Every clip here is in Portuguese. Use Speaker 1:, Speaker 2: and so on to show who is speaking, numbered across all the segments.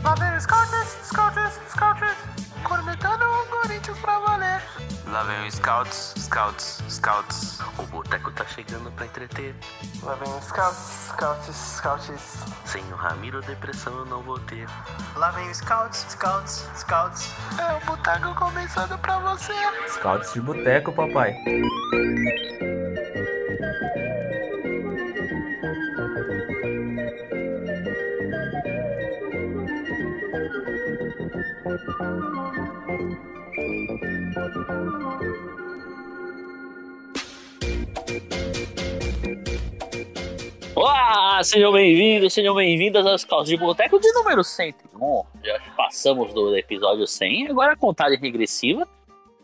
Speaker 1: Scouts, Scouts, Scouts, cornetando o Corinthians pra valer.
Speaker 2: Lá vem o Scouts, Scouts, Scouts. O boteco tá chegando pra entreter.
Speaker 1: Lá vem o Scouts, Scouts, Scouts.
Speaker 2: Sem o Ramiro, depressão eu não vou ter.
Speaker 3: Lá vem o Scouts, Scouts, Scouts.
Speaker 1: É o boteco começando pra você.
Speaker 4: Scouts de boteco, papai.
Speaker 5: Olá, sejam bem-vindos, sejam bem-vindas aos Caos de Boteco de número 101. Já passamos do episódio 100, agora a contagem regressiva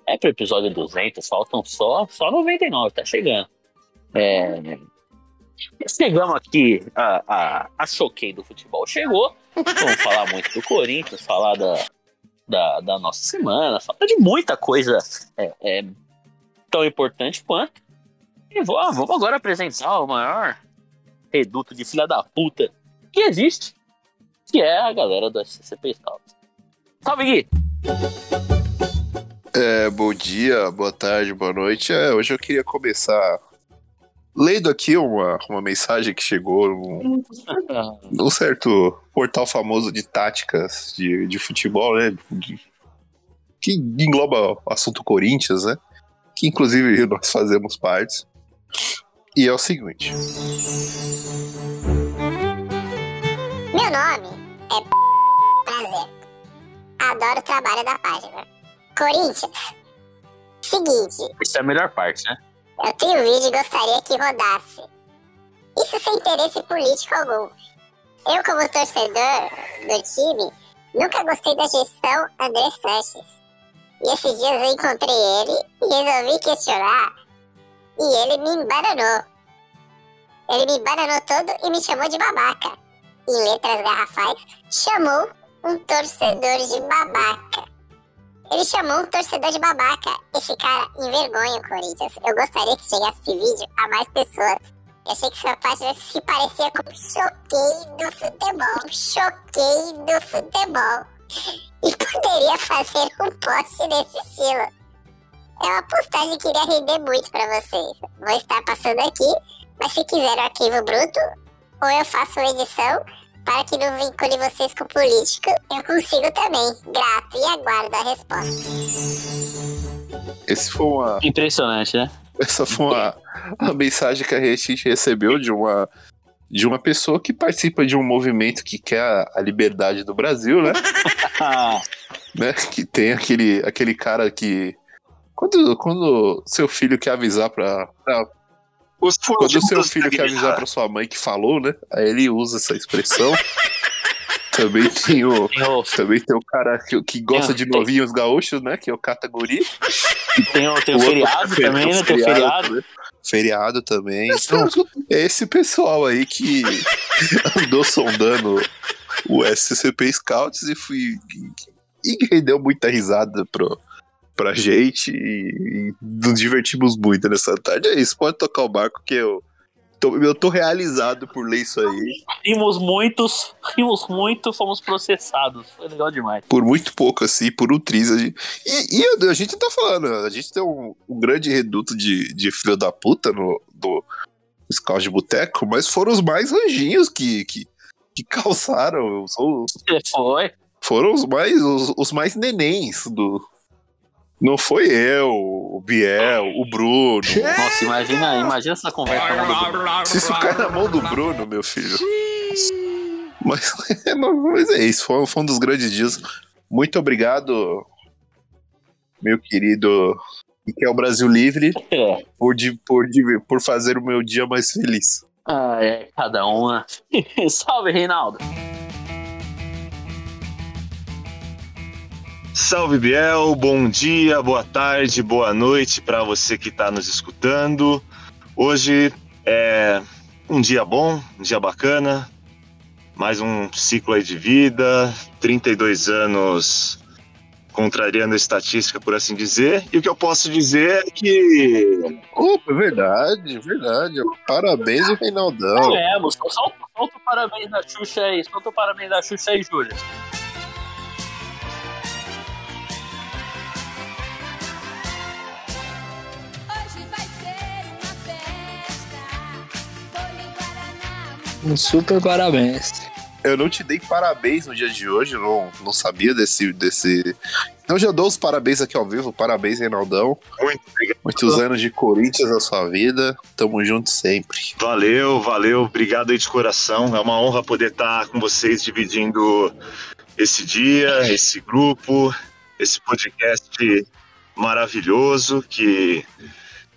Speaker 5: é para o episódio 200, faltam só, só 99, tá chegando. É, chegamos aqui, a, a, a choquei do futebol chegou, vamos falar muito do Corinthians, falar da, da, da nossa semana, falar de muita coisa é, é, tão importante quanto. E vou- vamos agora apresentar o maior reduto de filha da puta que existe, que é a galera do SCP Scouts. Salve, Gui!
Speaker 6: É, bom dia, boa tarde, boa noite. É, hoje eu queria começar lendo aqui uma, uma mensagem que chegou num,
Speaker 5: Ah,
Speaker 6: num certo portal famoso de táticas de, de futebol, né? de- que engloba o assunto Corinthians, né? Que inclusive nós fazemos parte. E é o seguinte.
Speaker 7: Meu nome é P... Prazer. Adoro o trabalho da página. Corinthians. Seguinte,
Speaker 5: Isso é a melhor parte, né?
Speaker 7: eu tenho um vídeo e gostaria que rodasse. Isso sem interesse político algum. Eu, como torcedor do time, nunca gostei da gestão André Sanches. E esses dias eu encontrei ele e resolvi questionar. E ele me embananou. Ele me embananou todo e me chamou de babaca em letras garrafais, chamou um torcedor de babaca. Ele chamou um torcedor de babaca. Esse cara envergonha o Corinthians. Eu gostaria que chegasse esse vídeo a mais pessoas. Eu achei que sua página se parecia com Choquei do Futebol. Choquei do Futebol. E poderia fazer um post desse estilo. É uma postagem que iria render muito pra vocês. Vou estar passando aqui, mas se quiser o arquivo bruto, ou eu faço uma edição para que não vincule vocês com político, eu consigo também. Grato e aguardo a resposta.
Speaker 6: Esse foi uma,
Speaker 5: Impressionante, né?
Speaker 6: Essa foi uma, uma mensagem que a gente recebeu de uma, de uma pessoa que participa de um movimento que quer a, a liberdade do Brasil, né? Né? Que tem aquele, aquele cara que. Quando, quando seu filho quer avisar pra. pra-
Speaker 8: Os
Speaker 6: quando seu filho quer avisar pra sua mãe que falou, né? Aí ele usa essa expressão. também, tem o,
Speaker 5: Tem o,
Speaker 6: também tem o cara que, que gosta de
Speaker 5: Tem.
Speaker 6: novinhos gaúchos, né? Que é o Cataguri.
Speaker 5: tem o, tem o
Speaker 6: O outro
Speaker 5: feriado
Speaker 6: feriado,
Speaker 5: também, né? Tem o
Speaker 6: feriado.
Speaker 5: feriado.
Speaker 6: Feriado também. Então, é esse pessoal aí que andou sondando o SCP Scouts e fui. E que deu muita risada pro, pra gente e, e nos divertimos muito nessa tarde. É isso, pode tocar o barco que eu. Tô, eu tô realizado por ler isso aí.
Speaker 5: Rimos muitos, rimos muito, fomos processados. Foi legal demais.
Speaker 6: Por muito pouco, assim, por um triz. A gente- e, e a, a gente tá falando, a gente tem um, um grande reduto de, de filho da puta no, do, os carros de boteco, mas foram os mais anjinhos que, que, que calçaram. São-
Speaker 5: Foi.
Speaker 6: Foram os mais, os, os mais nenéns do. Não foi eu, o Biel, o Bruno.
Speaker 5: Nossa, imagina, imagina essa conversa. na mão do Bruno.
Speaker 6: Se isso cai na mão do Bruno, meu filho. Mas, mas é isso, foi, foi um dos grandes dias. Muito obrigado, meu querido, que é o Brasil Livre,
Speaker 5: É.
Speaker 6: por, di- por, di- por fazer o meu dia mais feliz.
Speaker 5: Ah, é, cada uma. Salve, Reinaldo.
Speaker 8: Salve Biel, bom dia, boa tarde, boa noite para você que tá nos escutando. Hoje é um dia bom, um dia bacana. Mais um ciclo aí de vida, 32 anos contrariando a estatística, por assim dizer. E o que eu posso dizer é que
Speaker 6: Opa, é verdade, é verdade. Parabéns ao Reinaldão.
Speaker 5: É, solta, solta o parabéns da Xuxa aí. Solta o parabéns da Xuxa aí, Júlia.
Speaker 9: Um super parabéns.
Speaker 6: Eu não te dei parabéns no dia de hoje, eu não, não sabia desse, desse. Então já dou os parabéns aqui ao vivo. Parabéns, Reinaldão.
Speaker 8: Muito obrigado.
Speaker 6: Muitos anos de Corinthians na sua vida. Tamo junto sempre.
Speaker 8: Valeu, valeu. Obrigado aí de coração. É uma honra poder estar com vocês dividindo esse dia, esse grupo, esse podcast maravilhoso que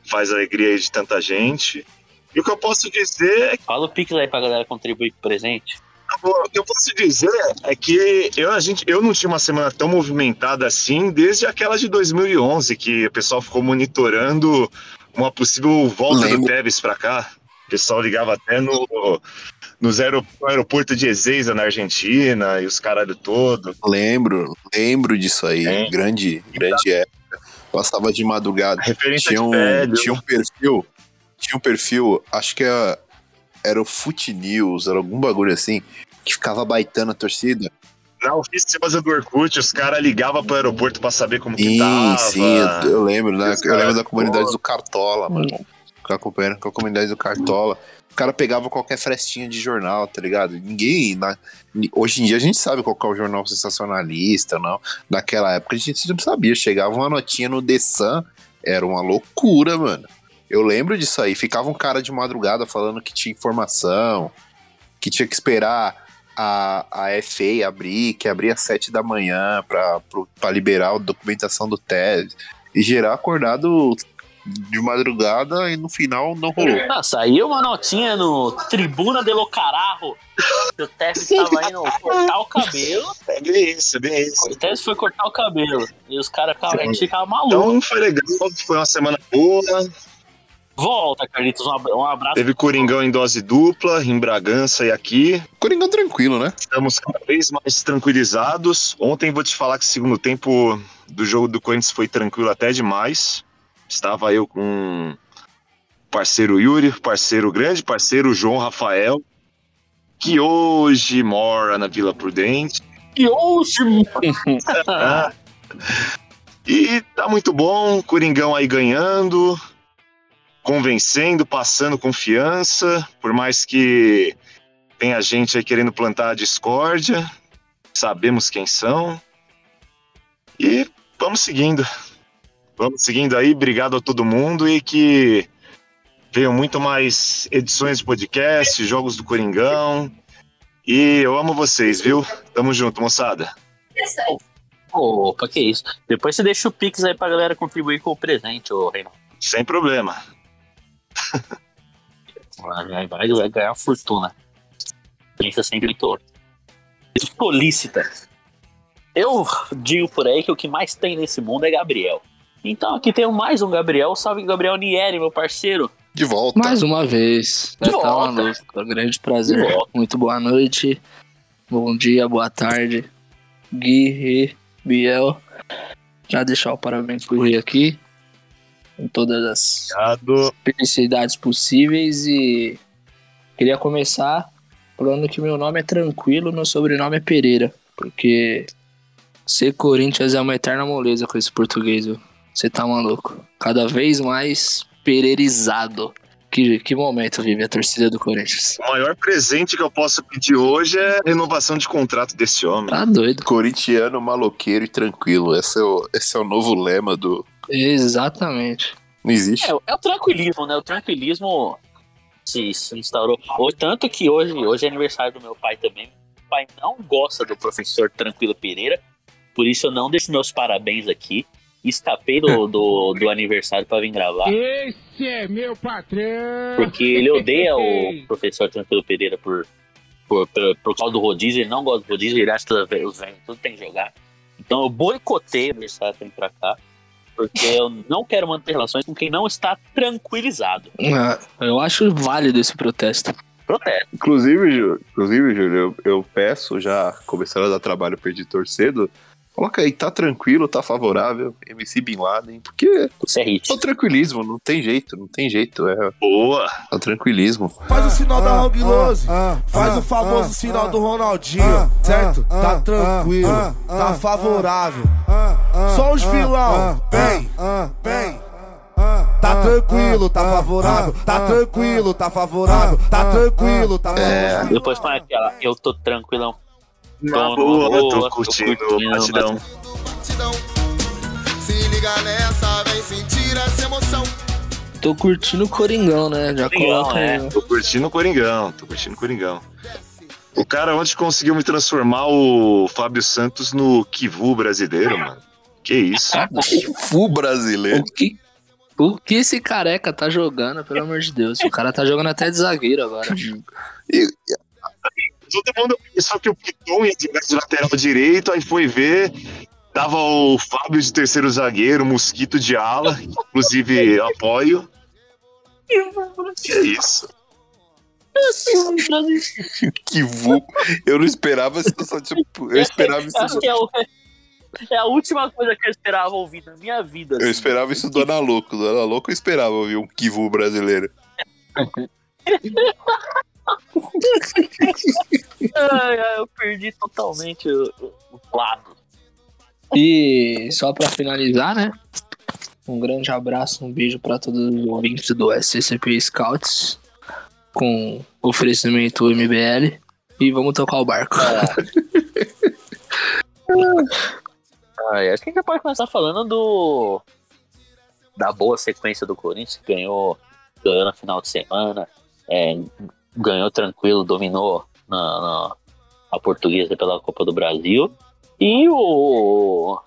Speaker 8: faz a alegria aí de tanta gente. E o que eu posso dizer é
Speaker 5: Fala o Pix aí pra galera contribuir com presente.
Speaker 8: Bom, o que eu posso dizer é que eu, a gente, eu não tinha uma semana tão movimentada assim desde aquela de 2011, que o pessoal ficou monitorando uma possível volta do
Speaker 6: Lembro.
Speaker 8: Tevez para cá. O pessoal ligava até no, nos aero- no aeroporto de Ezeiza, na Argentina, e os caralho todo.
Speaker 6: Lembro, lembro disso aí.
Speaker 8: É.
Speaker 6: Grande, grande época. Passava de madrugada.
Speaker 8: Referência
Speaker 6: tinha um,
Speaker 8: tá de velho.
Speaker 6: tinha um perfil, tinha um perfil, acho que era, era o Foot News, era algum bagulho assim, que ficava baitando a torcida.
Speaker 8: Na oficina do Orkut, os caras ligavam pro aeroporto para saber como que
Speaker 6: Sim,
Speaker 8: tava. é
Speaker 6: sim, eu, eu lembro, né?
Speaker 8: Os
Speaker 6: Eu lembro
Speaker 8: caras-
Speaker 6: da comunidade do Cartola, mano. Ficar acompanhando com a comunidade do Cartola. O cara pegava qualquer frestinha de jornal, tá ligado? Ninguém. na- ni- hoje em dia a gente sabe qual que é o jornal sensacionalista, não. Naquela época a gente não sabia. Chegava uma notinha no The Sun, era uma loucura, mano. Eu lembro disso aí. Ficava um cara de madrugada falando que tinha informação, que tinha que esperar a, a FA abrir, que abria às 7 da manhã pra, pro- pra liberar a documentação do TED. E gerar acordado de madrugada e no final não rolou.
Speaker 5: Ah, saiu uma notinha no Tribuna de Locararro. que o Tevez estava indo cortar o cabelo.
Speaker 8: É bem isso, é bem isso.
Speaker 5: O Tevez foi cortar o cabelo. E os caras ficavam- a gente ficava maluco.
Speaker 8: Então foi legal, foi uma semana boa.
Speaker 5: Volta, Carlitos. Um abra- um abraço.
Speaker 8: Teve Coringão em dose dupla, em Bragança e aqui.
Speaker 6: Coringão tranquilo, né?
Speaker 8: Estamos cada vez mais tranquilizados. Ontem vou te falar que o segundo tempo do jogo do Corinthians foi tranquilo até demais. Estava eu com o parceiro Yuri, parceiro grande, parceiro João Rafael, que hoje mora na Vila Prudente.
Speaker 5: E hoje,
Speaker 8: Ah. E tá muito bom, Coringão aí ganhando, convencendo, passando confiança, por mais que tenha gente aí querendo plantar a discórdia, sabemos quem são. E vamos seguindo. Vamos seguindo aí, obrigado a todo mundo e que venham muito mais edições de podcast, jogos do Coringão. E eu amo vocês, viu? Tamo junto, moçada.
Speaker 5: Opa, que isso. Depois você deixa o Pix aí pra galera contribuir com o presente, ô Reinaldo.
Speaker 8: Sem problema.
Speaker 5: Vai, vai, vai ganhar fortuna. Pensa sempre em touro. Solicita. Eu digo por aí que o que mais tem nesse mundo é Gabriel. Então aqui tem mais um Gabriel. Salve Gabriel Nieri, meu parceiro.
Speaker 6: De volta.
Speaker 9: Mais uma vez.
Speaker 5: De
Speaker 9: Né, tá
Speaker 5: volta.
Speaker 9: uma noite, é um grande prazer. Muito boa noite. Bom dia, boa tarde. Gui, Rê, Biel. Já deixar o parabéns pro Rê aqui. Com todas as
Speaker 8: Obrigado.
Speaker 9: felicidades possíveis e queria começar falando que meu nome é Tranquilo, meu sobrenome é Pereira, porque ser Corinthians é uma eterna moleza com esse português, viu? Você tá maluco. Cada vez mais pereirizado. Que, que momento vive a torcida do Corinthians.
Speaker 8: O maior presente que eu posso pedir hoje é a renovação de contrato desse homem.
Speaker 9: Tá doido.
Speaker 6: Corintiano, maloqueiro e tranquilo. Esse é o, esse é o novo lema do.
Speaker 9: Exatamente.
Speaker 6: Não existe.
Speaker 5: É, é o tranquilismo, né? O tranquilismo se, se instaurou. Ou, tanto que hoje, hoje é aniversário do meu pai também. Meu pai não gosta do professor Tranquilo Pereira, por isso eu não deixo meus parabéns aqui. Escapei do, do, do aniversário para vir gravar,
Speaker 1: Esse é meu patrão.
Speaker 5: porque ele odeia o professor Tranquilo Pereira por, por, por, por causa do rodízio. Ele não gosta do rodízio, ele acha que os velhos tudo tem que jogar. Então eu boicotei o aniversário pra vir pra cá, porque eu não quero manter relações com quem não está tranquilizado.
Speaker 9: Ah, Eu acho válido esse protesto.
Speaker 5: Protesto.
Speaker 6: Inclusive, Júlio, inclusive, Júlio eu, eu peço, já começaram a dar trabalho pra editor cedo. Coloca aí, tá tranquilo, tá favorável, MC Bin Laden, porque é
Speaker 5: Isso é hit.
Speaker 6: o tranquilismo, não tem jeito, não tem jeito, é,
Speaker 8: Boa!
Speaker 6: é o tranquilismo.
Speaker 10: Faz o sinal da Hang Lose. Faz o famoso sinal do Ronaldinho, certo? tá tranquilo, tá favorável. Só os vilão, bem, bem. Tá tranquilo, tá favorável, tá tranquilo, tá favorável, tá tranquilo, tá
Speaker 6: É.
Speaker 10: favorável.
Speaker 5: Depois põe aquela, eu tô tranquilão.
Speaker 8: Na boa, tô curtindo o batidão.
Speaker 1: É, Se liga nessa, vem sentir essa emoção.
Speaker 9: Tô curtindo o Coringão, né? Já
Speaker 5: Coringão,
Speaker 9: coloca
Speaker 5: é.
Speaker 9: aí.
Speaker 8: Tô curtindo o Coringão, tô curtindo o Coringão. O cara ontem conseguiu me transformar o Fábio Santos no Kivu brasileiro, mano. Que isso?
Speaker 6: Fu brasileiro.
Speaker 9: O que, o que esse careca tá jogando, pelo amor de Deus? O cara tá jogando até de zagueiro agora.
Speaker 8: Todo mundo pensou que o Piton ia jogar de lateral direito, aí foi ver. Tava o Fábio de terceiro zagueiro, o Mosquito de ala, inclusive apoio. Que isso?
Speaker 6: Que vu. Eu não esperava, eu só tipo, eu esperava
Speaker 5: Acho
Speaker 6: isso.
Speaker 5: que é, o- é a última coisa que eu esperava ouvir na minha vida.
Speaker 6: Eu
Speaker 5: assim.
Speaker 6: esperava isso do Ana Louco. Do Ana Louco eu esperava ouvir um Kivu brasileiro.
Speaker 5: Ai, ai, eu perdi totalmente o, o- o lado.
Speaker 9: E só pra finalizar, né? Um grande abraço, um beijo pra todos os ouvintes do SCP Scouts com oferecimento MBL. E vamos tocar o barco.
Speaker 5: Ai, acho que a gente pode começar falando do. Da boa sequência do Corinthians, que ganhou, ganhou no final de semana, é, ganhou tranquilo, dominou na, na- a portuguesa pela Copa do Brasil. E o.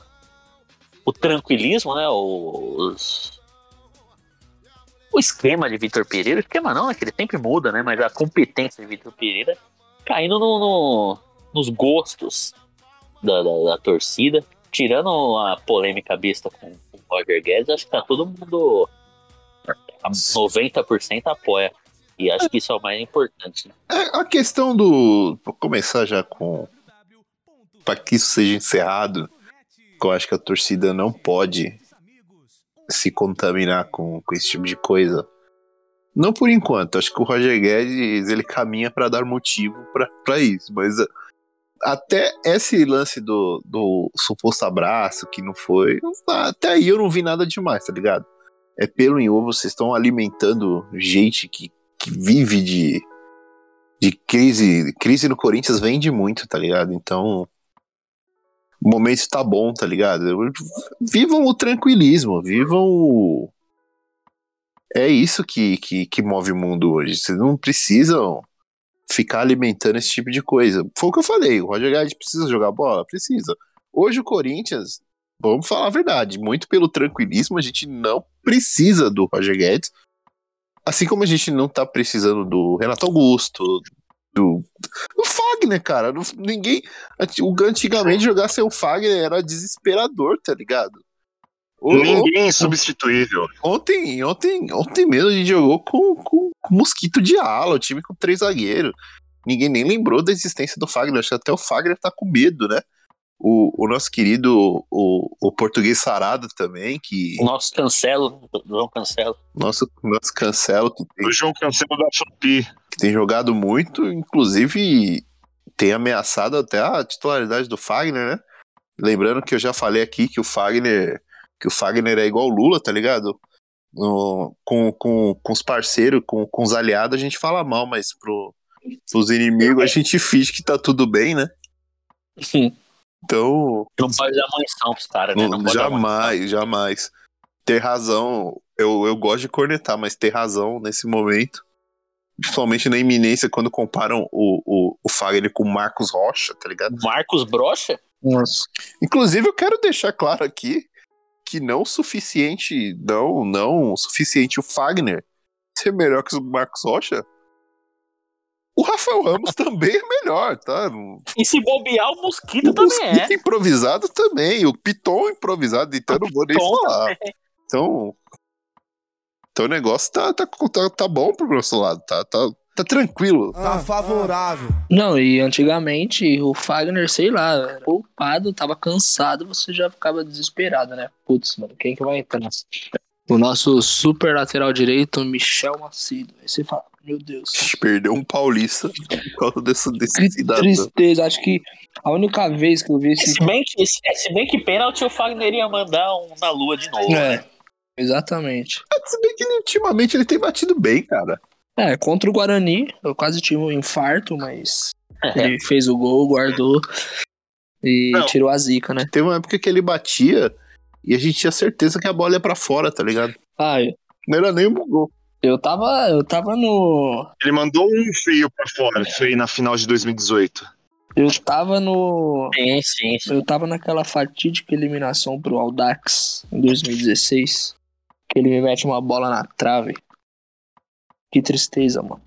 Speaker 5: O tranquilismo, né? Os, o esquema de Vitor Pereira, o esquema não, é que ele sempre muda, né? Mas a competência de Vitor Pereira caindo no- no- nos gostos da- da- da torcida tirando a polêmica besta com com o Roger Guedes, acho que tá todo mundo. a 90% apoia. E acho que isso é o mais importante. né?
Speaker 6: É, A questão do. Vou começar já com. Pra que isso seja encerrado, que eu acho que a torcida não pode se contaminar com, com esse tipo de coisa. Não por enquanto, acho que o Roger Guedes ele caminha pra dar motivo pra pra isso, mas a- até esse lance do, do suposto abraço que não foi, não tá- até aí eu não vi nada demais, tá ligado? É pelo em ovo, vocês estão alimentando gente que, que vive de, de crise. Crise no Corinthians vende muito, tá ligado? Então. O momento tá bom, tá ligado? Vivam o tranquilismo, vivam o. É isso que, que, que move o mundo hoje. Vocês não precisam ficar alimentando esse tipo de coisa. Foi o que eu falei, o Roger Guedes precisa jogar bola? Precisa. Hoje o Corinthians, vamos falar a verdade, muito pelo tranquilismo, a gente não precisa do Roger Guedes. Assim como a gente não tá precisando do Renato Augusto, do, do Fagner, cara. Não- ninguém. anti- o- Antigamente jogar sem o Fagner era desesperador, tá ligado? O-
Speaker 8: Ninguém é substituível.
Speaker 6: Ontem, ontem, ontem mesmo a gente jogou com, com, com mosquito de ala, o time com três zagueiros. Ninguém nem lembrou da existência do Fagner. Acho que até o Fagner tá com medo, né? O, o nosso querido, o, o português sarado também, que.
Speaker 5: O nosso cancelo, o João Cancelo.
Speaker 6: Nosso, nosso cancelo, que tem,
Speaker 8: O João Cancelo da Shopee.
Speaker 6: que tem jogado muito, inclusive tem ameaçado até a titularidade do Fagner, né? Lembrando que eu já falei aqui que o Fagner, que o Fagner é igual o Lula, tá ligado? No- com, com, com os parceiros, com, com os aliados, a gente fala mal, mas pro, pros inimigos a gente finge que tá tudo bem, né?
Speaker 5: Sim.
Speaker 6: Então,
Speaker 5: Não pode dar mansão pros caras, né? Não
Speaker 6: não,
Speaker 5: pode dar
Speaker 6: jamais, jamais. Ter razão, eu, eu gosto de cornetar, mas ter razão nesse momento, principalmente na iminência, quando comparam o, o, o Fagner com o Marcos Rocha, tá ligado?
Speaker 5: mansão. Marcos Brocha?
Speaker 6: Inclusive, eu quero deixar claro aqui que não o suficiente, não, não o suficiente o Fagner ser melhor que o Marcos Rocha. O Rafael Ramos também é melhor, tá?
Speaker 5: E se bobear, o Mosquito
Speaker 6: O
Speaker 5: também é.
Speaker 6: Mosquito improvisado também. O Piton improvisado, então eu não vou nem
Speaker 5: Piton
Speaker 6: falar. Então, então o negócio tá, tá, tá, tá bom pro nosso lado, tá, tá, tá tranquilo.
Speaker 10: Tá favorável.
Speaker 9: Não, e antigamente o Fagner, sei lá, era poupado, tava cansado, você já ficava desesperado, né? Putz, mano, quem que vai entrar? O nosso super lateral direito, Michel Macedo. Aí você fala, meu Deus.
Speaker 6: A gente perdeu um paulista por causa desse, desse
Speaker 9: Que
Speaker 6: cidadão.
Speaker 9: tristeza, acho que a única vez que eu vi esse.
Speaker 5: Se bem que, se bem que pênalti, o Fagner ia mandar um na lua de novo.
Speaker 9: É. Exatamente.
Speaker 6: Ah, Se bem que ele, ultimamente ele tem batido bem, cara.
Speaker 9: É, contra o Guarani, eu quase tive um infarto, mas ele fez o gol, guardou e
Speaker 6: Não.
Speaker 9: tirou a zica, né?
Speaker 6: Teve uma época que ele batia e a gente tinha certeza que a bola ia pra fora, tá ligado?
Speaker 9: Ah, eu-
Speaker 6: Não era nem um gol.
Speaker 9: eu tava, eu tava no,
Speaker 8: Ele mandou um feio pra fora, foi na final de 2018.
Speaker 9: eu tava no,
Speaker 5: Sim, sim, sim.
Speaker 9: Eu tava naquela fatídica eliminação pro Aldax em 2016. Que ele me mete uma bola na trave. Que tristeza, mano.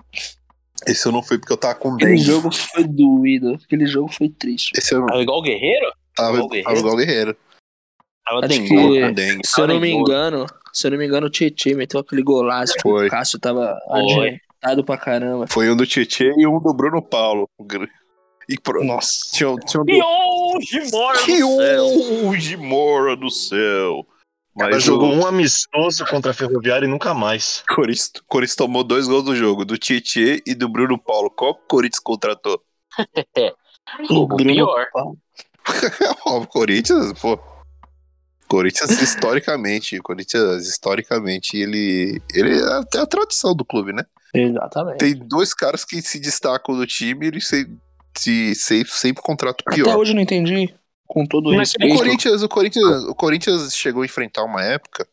Speaker 6: Esse eu não fui porque eu tava com
Speaker 9: Aquele
Speaker 6: 10.
Speaker 9: jogo foi doído. Aquele jogo foi triste.
Speaker 6: Esse eu não
Speaker 5: Tava igual o Ah, Guerreiro?
Speaker 6: tava,
Speaker 5: igual o
Speaker 6: tava igual o guerreiro.
Speaker 5: Tava
Speaker 9: Acho
Speaker 5: dengoso.
Speaker 9: que-
Speaker 6: Tava com dengue.
Speaker 9: Se eu não me engano, se eu não me engano, o Tietchan meteu aquele golaço. que
Speaker 6: Foi.
Speaker 9: O Cássio tava
Speaker 5: Foi.
Speaker 9: adiantado pra caramba.
Speaker 6: Foi um do Tietchan e um do Bruno Paulo. O gr- E pro...
Speaker 9: Nossa.
Speaker 6: tinha, um- tinha um do...
Speaker 5: Que hoje, mora no
Speaker 6: Que
Speaker 5: céu.
Speaker 6: hoje mora do céu.
Speaker 8: Ela
Speaker 6: Mas
Speaker 8: jogou
Speaker 6: o
Speaker 8: um amistoso contra a Ferroviária e nunca mais.
Speaker 6: Corinthians, o Corinthians tomou dois gols do jogo, do Tietchan e do Bruno Paulo. Qual que o Corinthians contratou?
Speaker 5: é O pior.
Speaker 9: Paulo.
Speaker 6: Ó, É, o Corinthians, pô. Corinthians historicamente, Corinthians historicamente, ele ele é até a tradição do clube, né?
Speaker 9: Exatamente.
Speaker 6: Tem dois caras que se destacam do time, eles se, se, se- sempre contrato
Speaker 9: Até
Speaker 6: pior.
Speaker 9: hoje eu não entendi. Com todo o
Speaker 6: O
Speaker 5: É
Speaker 9: respeito.
Speaker 6: Corinthians, o Corinthians, o Corinthians chegou a enfrentar uma época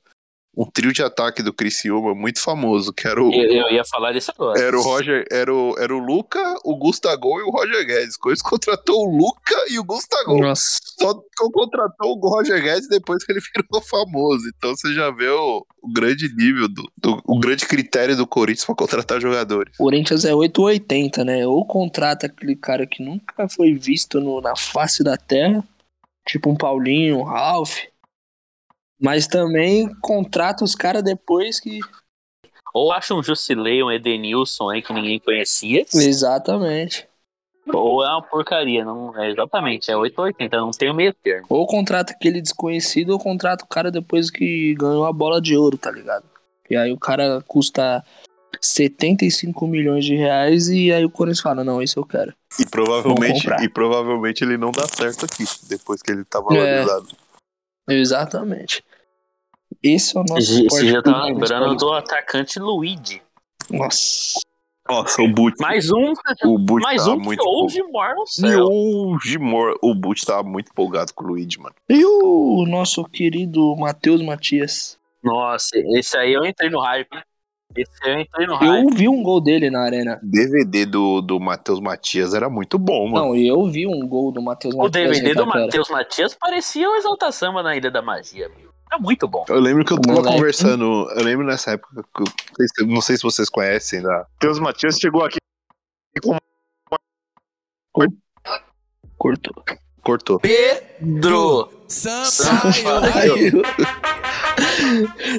Speaker 6: um trio de ataque do Criciúma muito famoso, que era o
Speaker 5: Eu, eu ia falar disso agora.
Speaker 6: Era o Roger, era o, era o Luca, o Gustavo e o Roger Guedes. Coisa contratou o Luca e o
Speaker 5: é
Speaker 6: Gustavo.
Speaker 9: Nossa.
Speaker 6: Só co- contratou o Roger Guedes depois que ele virou famoso. Então você já vê o, o grande nível do, do- o grande critério do Corinthians pra contratar jogadores.
Speaker 9: O Corinthians é 880, né? Ou contrata aquele cara que nunca foi visto no- na face da terra, tipo um Paulinho, um Ralph. Mas também contrata os caras depois que.
Speaker 5: Ou acha um Jusilei, um Edenilson aí que ninguém conhecia.
Speaker 9: Exatamente.
Speaker 5: Ou é uma porcaria. Não, é exatamente, é 880, não tem o meio termo.
Speaker 9: Ou contrata aquele desconhecido, ou contrata o cara depois que ganhou a bola de ouro, tá ligado? E aí o cara custa 75 milhões de reais e aí o Corinthians fala: não, isso eu quero.
Speaker 6: E provavelmente,
Speaker 9: comprar.
Speaker 6: e provavelmente ele não dá certo aqui, depois que ele tá
Speaker 9: É.
Speaker 6: valorizado.
Speaker 9: Exatamente. Esse é o nosso
Speaker 5: Você
Speaker 9: esporte
Speaker 5: já tá
Speaker 9: clube,
Speaker 5: lembrando
Speaker 9: esporte-
Speaker 5: do atacante Luigi.
Speaker 9: Nossa.
Speaker 6: Nossa, o Boot.
Speaker 5: Mais um,
Speaker 6: O Boot
Speaker 5: mais
Speaker 6: tá
Speaker 5: um que
Speaker 6: muito.
Speaker 5: hoje mora no
Speaker 6: E
Speaker 5: céu.
Speaker 6: é o Gimor, o Boot tava muito empolgado com o Luigi, mano.
Speaker 9: E o nosso querido Matheus Matias.
Speaker 5: Nossa, esse aí eu entrei no hype. hein? Esse aí eu entrei no hype.
Speaker 9: Eu vi um gol dele na arena.
Speaker 6: DVD do, do Matheus Matias era muito bom, mano.
Speaker 9: Não, eu vi um gol do Matheus então,
Speaker 5: O
Speaker 9: Matias. tá em
Speaker 5: DVD do
Speaker 9: Itaquera.
Speaker 5: Matheus Matias parecia o Exalta Samba na Ilha da Magia, meu. Tá muito bom.
Speaker 6: Eu lembro que eu
Speaker 9: O
Speaker 6: tava
Speaker 9: moleque.
Speaker 6: conversando. Eu lembro nessa época. que eu- vocês- não sei se vocês conhecem, né?
Speaker 8: Matheus Matias chegou aqui com
Speaker 9: Cortou.
Speaker 6: Cortou.
Speaker 5: Pedro!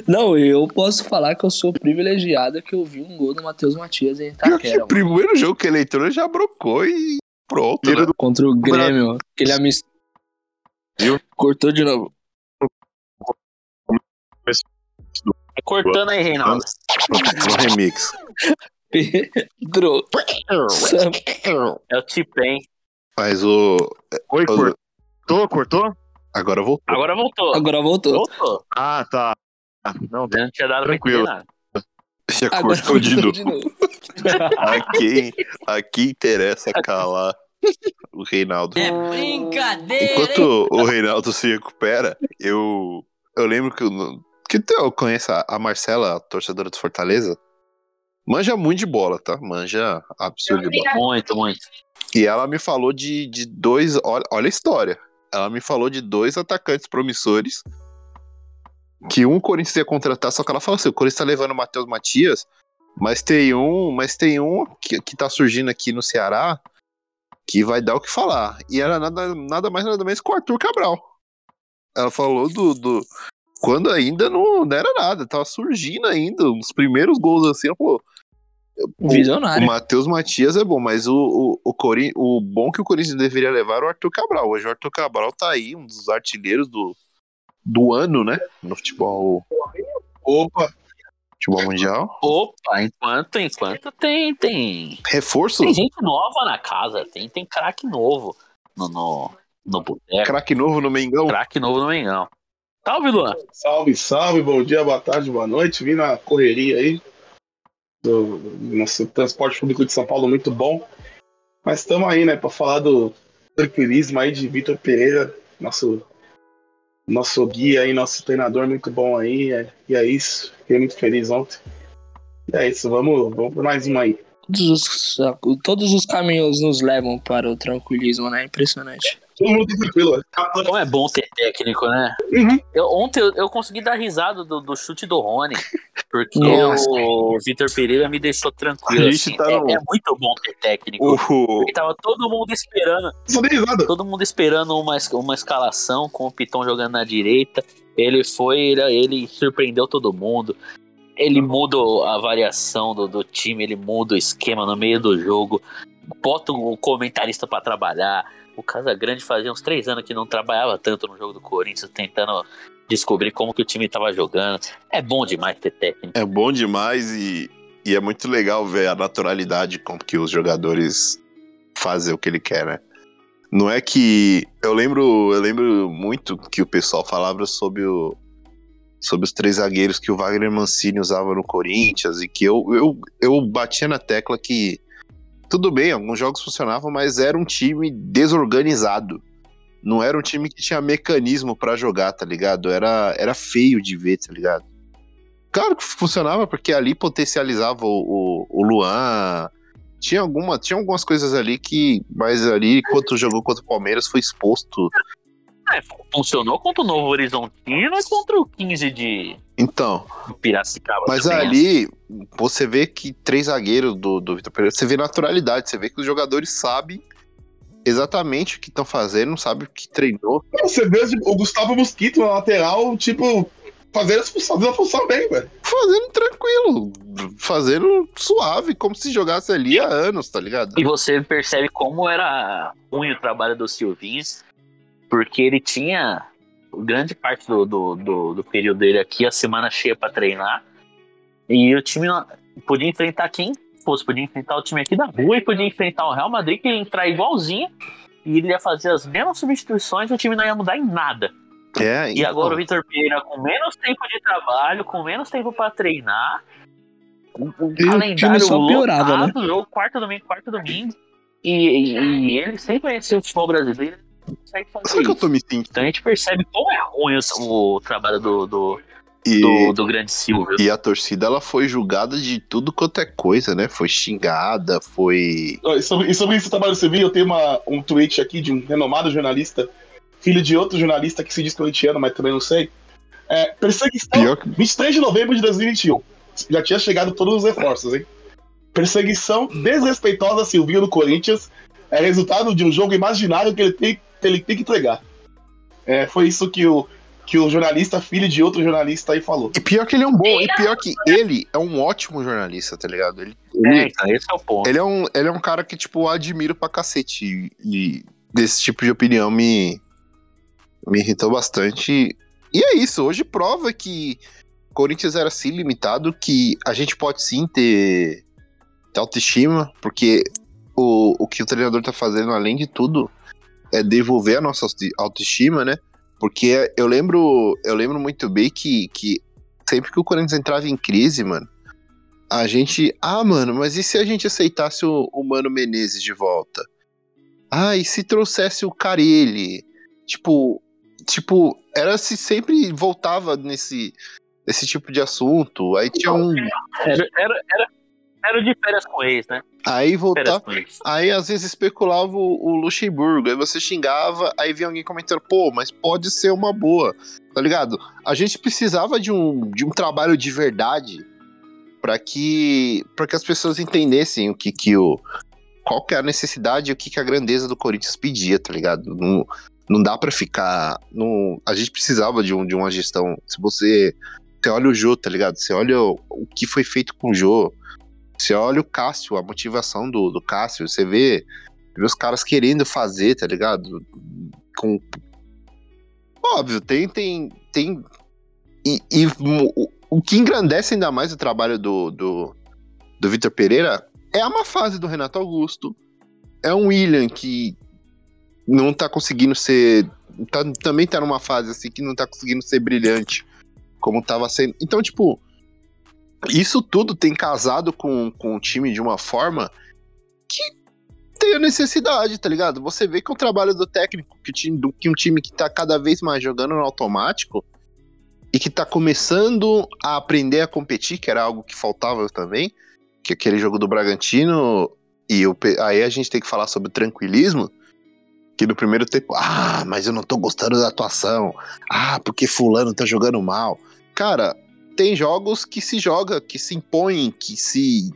Speaker 9: Não, eu posso falar que eu sou privilegiado que eu vi um gol do Matheus Matias em
Speaker 6: Pior que
Speaker 9: Itaquera.
Speaker 6: o primeiro jogo que ele entrou, ele já brocou e pronto. né?
Speaker 9: mano. Contra o Grêmio. Aquele amist...
Speaker 8: Viu?
Speaker 9: Cortou de novo.
Speaker 5: Tá cortando aí, Reinaldo.
Speaker 6: No remix.
Speaker 9: Pedro. Sam-
Speaker 5: É o Tipem.
Speaker 6: Mas o.
Speaker 8: Oi, cortou? Cortou?
Speaker 6: Agora voltou.
Speaker 5: Agora voltou.
Speaker 9: Agora voltou.
Speaker 5: Voltou.
Speaker 8: Ah, tá. Ah, Não,
Speaker 5: Eu não tinha dado pra
Speaker 8: Tranquilo.
Speaker 5: entender nada.
Speaker 6: Já
Speaker 9: Agora
Speaker 6: cortou de novo.
Speaker 9: de novo.
Speaker 6: A quem, a quem interessa calar o Reinaldo. É brincadeira! Enquanto o Reinaldo se recupera, eu, eu lembro que, eu, que tu- eu conheço a a Marcela, a torcedora do Fortaleza. Manja muito de bola, tá? Manja absurdo de bola.
Speaker 5: Muito, muito.
Speaker 6: E ela me falou de, de dois. Olha, olha a história. Ela me falou de dois atacantes promissores. Que um o Corinthians ia contratar, só que ela falou assim: o Corinthians tá levando o Matheus Matias, mas tem um, mas tem um que, que tá surgindo aqui no Ceará que vai dar o que falar. E era nada, nada mais nada menos que o Arthur Cabral. Ela falou do. do quando ainda não, não era nada, tava surgindo ainda, uns primeiros gols assim, ela falou. O
Speaker 9: Visionário.
Speaker 6: Matheus Matias é bom, mas o, o, o, Corin- o bom que o Corinthians deveria levar era o Arthur Cabral. Hoje o Arthur Cabral tá aí, um dos artilheiros do, do ano, né? No futebol,
Speaker 8: Opa.
Speaker 6: futebol mundial.
Speaker 5: Opa, enquanto, enquanto tem, tem.
Speaker 6: Reforço,
Speaker 5: Tem gente nova na casa, tem, tem craque novo no, no, no boteco.
Speaker 6: craque novo no Mengão.
Speaker 5: Craque novo no Mengão. Salve, Luan.
Speaker 11: Salve, salve, bom dia, boa tarde, boa noite. Vim na correria aí. Do, nosso transporte público de São Paulo muito bom. Mas estamos aí, né, para falar do tranquilismo aí de Vitor Pereira, nosso nosso guia aí, nosso treinador muito bom aí. É, e é isso. Fiquei muito feliz ontem. E é isso, vamos, vamos pra mais uma aí.
Speaker 9: Todos os, todos os caminhos nos levam para o tranquilismo, né? Impressionante.
Speaker 11: Todo mundo tá tranquilo. né?
Speaker 5: Como é bom ter técnico, né?
Speaker 11: Uhum.
Speaker 5: Eu- ontem eu, eu consegui dar risada do, do chute do Rony, porque
Speaker 9: Nossa.
Speaker 5: o Vitor Pereira me deixou tranquilo.
Speaker 6: A gente
Speaker 5: assim.
Speaker 6: tá
Speaker 5: é,
Speaker 6: no-
Speaker 5: é muito bom ter técnico.
Speaker 6: O,
Speaker 5: Porque tava todo mundo esperando.
Speaker 11: Só dei risada.
Speaker 5: Todo mundo esperando uma, es- uma escalação com o Piton jogando na direita. Ele foi, ele, ele surpreendeu todo mundo. Ele muda a variação do, do time, ele muda o esquema no meio do jogo, bota o comentarista pra trabalhar. O Casagrande fazia uns três anos que não trabalhava tanto no jogo do Corinthians, tentando descobrir como que o time tava jogando. É bom demais ter técnico.
Speaker 6: É bom demais e, e é muito legal ver a naturalidade com que os jogadores fazem o que ele quer, né? Não é que. Eu lembro, eu lembro muito que o pessoal falava sobre, o, sobre os três zagueiros que o Wagner Mancini usava no Corinthians e que eu, eu, eu batia na tecla que. Tudo bem, alguns jogos funcionavam, mas era um time desorganizado. Não era um time que tinha mecanismo pra jogar, tá ligado? Era, era feio de ver, tá ligado? Claro que funcionava, porque ali potencializava o, o, o Luan. Tinha, alguma, tinha algumas coisas ali que. Mas ali, enquanto jogou contra o Palmeiras, foi exposto.
Speaker 5: É, Funcionou contra o Novo Horizontino e contra o 15 de
Speaker 6: Então,
Speaker 5: Piracicaba.
Speaker 6: mas
Speaker 5: também,
Speaker 6: ali você vê que três zagueiros do, do Vitor Pereira, você vê naturalidade, você vê que os jogadores sabem exatamente o que estão fazendo, sabem o que treinou.
Speaker 11: Você vê o Gustavo Mosquito na lateral, tipo, fazendo a função, fazendo a função bem, velho.
Speaker 6: Fazendo tranquilo, fazendo suave, como se jogasse ali há anos, tá ligado?
Speaker 5: E você percebe como era ruim o trabalho do Silvinho, porque ele tinha grande parte do, do, do, do período dele aqui, a semana cheia pra treinar, e o time não- podia enfrentar quem fosse, podia enfrentar o time aqui da rua e podia enfrentar o Real Madrid, que ia entrar igualzinho, e ele ia fazer as mesmas substituições e o time não ia mudar em nada.
Speaker 6: É,
Speaker 5: E agora o Vitor Pereira, com menos tempo de trabalho, com menos tempo pra treinar, um, um
Speaker 9: E o time
Speaker 5: calendário
Speaker 9: só piorava, né?
Speaker 5: lotado, jogo quarto domingo, quarto domingo, e, e- e ele sem conhecer o futebol brasileiro, ele consegue fazer
Speaker 6: Sabe o que eu
Speaker 5: isso.
Speaker 6: tô me sentindo?
Speaker 5: Então a gente percebe como é ruim o, o trabalho do, do,
Speaker 6: E-
Speaker 5: do, do grande Silvio. né?
Speaker 6: E a torcida ela foi julgada de tudo quanto é coisa, né? Foi xingada, foi.
Speaker 11: Ó, E sobre, e sobre esse trabalho civil, eu tenho uma, um tweet aqui de um renomado jornalista, filho de outro jornalista que se diz corintiano, mas também não sei. É, perseguição.
Speaker 6: Pior que.
Speaker 11: 23 de novembro de 2021. Já tinha chegado todos os reforços, hein? Perseguição desrespeitosa a Silvinho no Corinthians é resultado de um jogo imaginário que ele tem que, ele tem que entregar. É, foi isso que o, que o jornalista, filho de outro jornalista, aí falou.
Speaker 6: E pior que ele é um bom, e pior que ele é um ótimo jornalista, tá ligado? Ele,
Speaker 5: É,
Speaker 6: ele,
Speaker 5: então, esse é o ponto.
Speaker 6: ele é, um, ele é um cara que, tipo, eu admiro pra cacete. E, e desse tipo de opinião me, me irritou bastante. E é isso, hoje prova que Corinthians era assim limitado, que a gente pode sim ter, ter autoestima, porque o, o que o treinador tá fazendo, além de tudo, é devolver a nossa auto- autoestima, né? Porque eu lembro, eu lembro muito bem que, que sempre que o Corinthians entrava em crise, mano, a gente. Ah, mano, mas e se a gente aceitasse o, o Mano Menezes de volta? Ah, e se trouxesse o Carelli? Tipo, tipo, era se sempre voltava nesse, nesse tipo de assunto. Aí tinha um.
Speaker 5: Era, era, era, era de férias com ex, né?
Speaker 6: Aí voltava.
Speaker 5: Férias com ex.
Speaker 6: Aí às vezes especulava o, o Luxemburgo, aí você xingava, aí vinha alguém comentando, pô, mas pode ser uma boa, tá ligado? A gente precisava de um, de um trabalho de verdade para que para que as pessoas entendessem o que que o qual que é a necessidade e o que que a grandeza do Corinthians pedia, tá ligado? Não, não dá para ficar, não, a gente precisava de um de uma gestão. Se você você olha o Jô, tá ligado? Você olha o, o que foi feito com o Jô, você olha o Cássio, a motivação do, do Cássio, você vê, vê os caras querendo fazer, tá ligado? Com... Óbvio, tem. tem, tem e e o, o que engrandece ainda mais o trabalho do, do, do Vitor Pereira é a má fase do Renato Augusto. É um William que não tá conseguindo ser tá- também tá numa fase assim que não tá conseguindo ser brilhante como tava sendo. Então, tipo, isso tudo tem casado com, com o time de uma forma que tem a necessidade, tá ligado? Você vê que é o trabalho do técnico, que, o time, do, que um time que tá cada vez mais jogando no automático e que tá começando a aprender a competir, que era algo que faltava também, que aquele jogo do Bragantino e o Pe- aí a gente tem que falar sobre o tranquilismo, que no primeiro tempo, ah, mas eu não tô gostando da atuação, ah, porque fulano tá jogando mal. Cara, tem jogos que se joga, que se impõem, que se...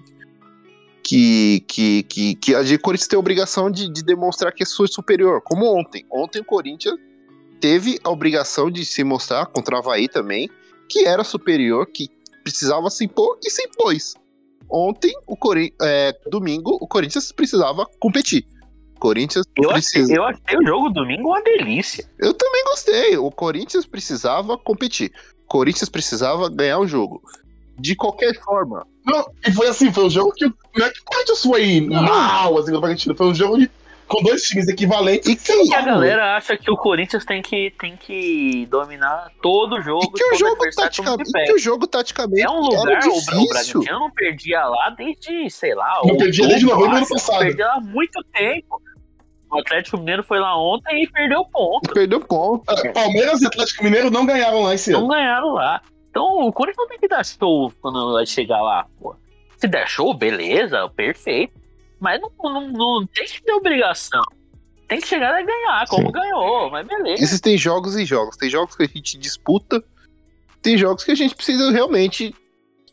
Speaker 6: Que, que, que, que a de Corinthians tem a obrigação de, de demonstrar que é su- superior, como ontem. Ontem o Corinthians teve a obrigação de se mostrar, contra o Havaí também, que era superior, que precisava se impor e se impôs ontem, o Corin... é, domingo, o Corinthians precisava competir. Corinthians
Speaker 5: Eu achei,
Speaker 6: precisa.
Speaker 5: eu achei o jogo domingo uma delícia.
Speaker 6: Eu também gostei. O Corinthians precisava competir. O Corinthians precisava ganhar o jogo. De qualquer forma.
Speaker 11: Não, e foi assim, foi um jogo que. Não é que o Corinthians foi mal, assim, do Bragantino. Foi um jogo de, com dois times equivalentes. E
Speaker 5: E
Speaker 6: Ah,
Speaker 5: a galera acha que o Corinthians tem que, tem que dominar todo o jogo.
Speaker 6: Que o
Speaker 5: todo
Speaker 6: jogo,
Speaker 5: adversário toma de
Speaker 6: taticamente,
Speaker 5: pé.
Speaker 6: que o jogo taticamente
Speaker 5: É um lugar,
Speaker 6: era
Speaker 5: o Bra- o
Speaker 6: difícil.
Speaker 5: Bragantino não perdia lá desde, sei lá,
Speaker 11: Não perdia desde novembro
Speaker 5: outubro, eu
Speaker 11: do ano
Speaker 5: acho.
Speaker 11: passado.
Speaker 5: Não perdia lá há muito tempo. O Atlético Mineiro foi lá ontem e perdeu ponto.
Speaker 6: Perdeu ponto.
Speaker 11: Palmeiras e Atlético Mineiro não ganharam lá esse
Speaker 5: Não
Speaker 11: ano.
Speaker 5: ganharam lá. Então o Corinthians não tem que dar show quando vai chegar lá, pô. Se der show, beleza, perfeito. Mas não, não, não tem que ter obrigação. Tem que chegar a ganhar, como
Speaker 6: Sim.
Speaker 5: ganhou, mas beleza.
Speaker 6: Existem jogos e jogos. Tem jogos que a gente disputa, tem jogos que a gente precisa realmente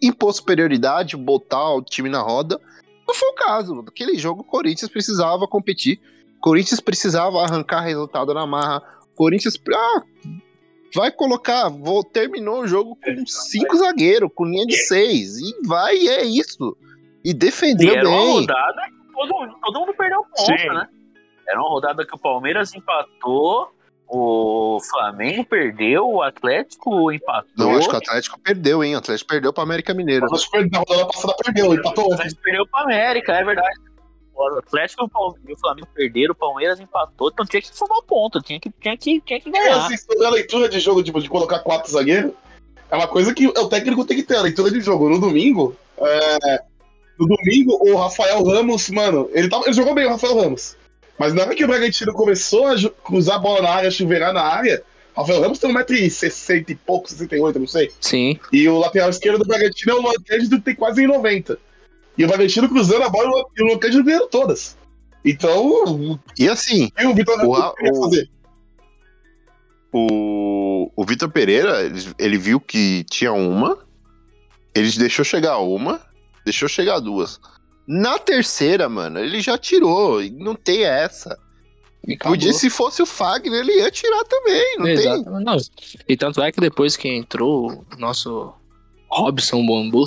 Speaker 6: impor superioridade, botar o time na roda. Não foi o caso. Naquele jogo, o Corinthians precisava competir. O Corinthians precisava arrancar resultado na marra. O Corinthians. Ah, vai colocar. Vou, terminou o jogo com cinco zagueiros, com linha de seis. E vai, e é isso. E
Speaker 5: E
Speaker 6: defendeu
Speaker 5: era uma
Speaker 6: bem.
Speaker 5: rodada que todo, todo mundo perdeu ponto,
Speaker 6: Sim.
Speaker 5: né? Era uma rodada que o Palmeiras empatou, o Flamengo perdeu, o Atlético empatou.
Speaker 6: Não, acho que o Atlético perdeu, hein? O Atlético perdeu para América Mineira.
Speaker 11: Nós perdemos na rodada passada, perdeu, empatou né?
Speaker 5: O
Speaker 11: ontem.
Speaker 5: Atlético perdeu pra América, é verdade. O Atlético e o Palme- e o Flamengo perderam, o Palmeiras empatou, então tinha que somar ponto, tinha que, tinha que, tinha que
Speaker 11: É,
Speaker 5: ganhar.
Speaker 11: assim, sobre a leitura de jogo, tipo, de colocar quatro zagueiros, é uma coisa que o técnico tem que ter, a leitura de jogo. No domingo, é, no domingo, o Rafael Ramos, mano, ele, tava, ele jogou bem o Rafael Ramos. Mas na hora que o Bragantino começou a ju- cruzar a bola na área, chuveirar na área, Rafael Ramos tem 1,60m e pouco, 68, não sei.
Speaker 9: Sim.
Speaker 11: E o lateral esquerdo do Bragantino é o Lantejo que tem quase 1,90. E o Bragantino cruzando a bola e o Lan- e o Lantejo ganhando todas. Então,
Speaker 6: E assim,
Speaker 11: e o Vitor
Speaker 6: O
Speaker 11: Ramos
Speaker 6: Ra-
Speaker 11: o que ele ia
Speaker 6: o-
Speaker 11: fazer?
Speaker 6: o, o Vitor Pereira, ele, ele viu que tinha uma, ele deixou chegar uma, deixou chegar duas. Na terceira, mano, ele já tirou, e não tem essa.
Speaker 9: E
Speaker 6: Podia, se fosse o Fagner, ele ia tirar também, não tem.
Speaker 9: Exatamente. Não, E tanto é que depois que entrou o nosso Robson Bambu,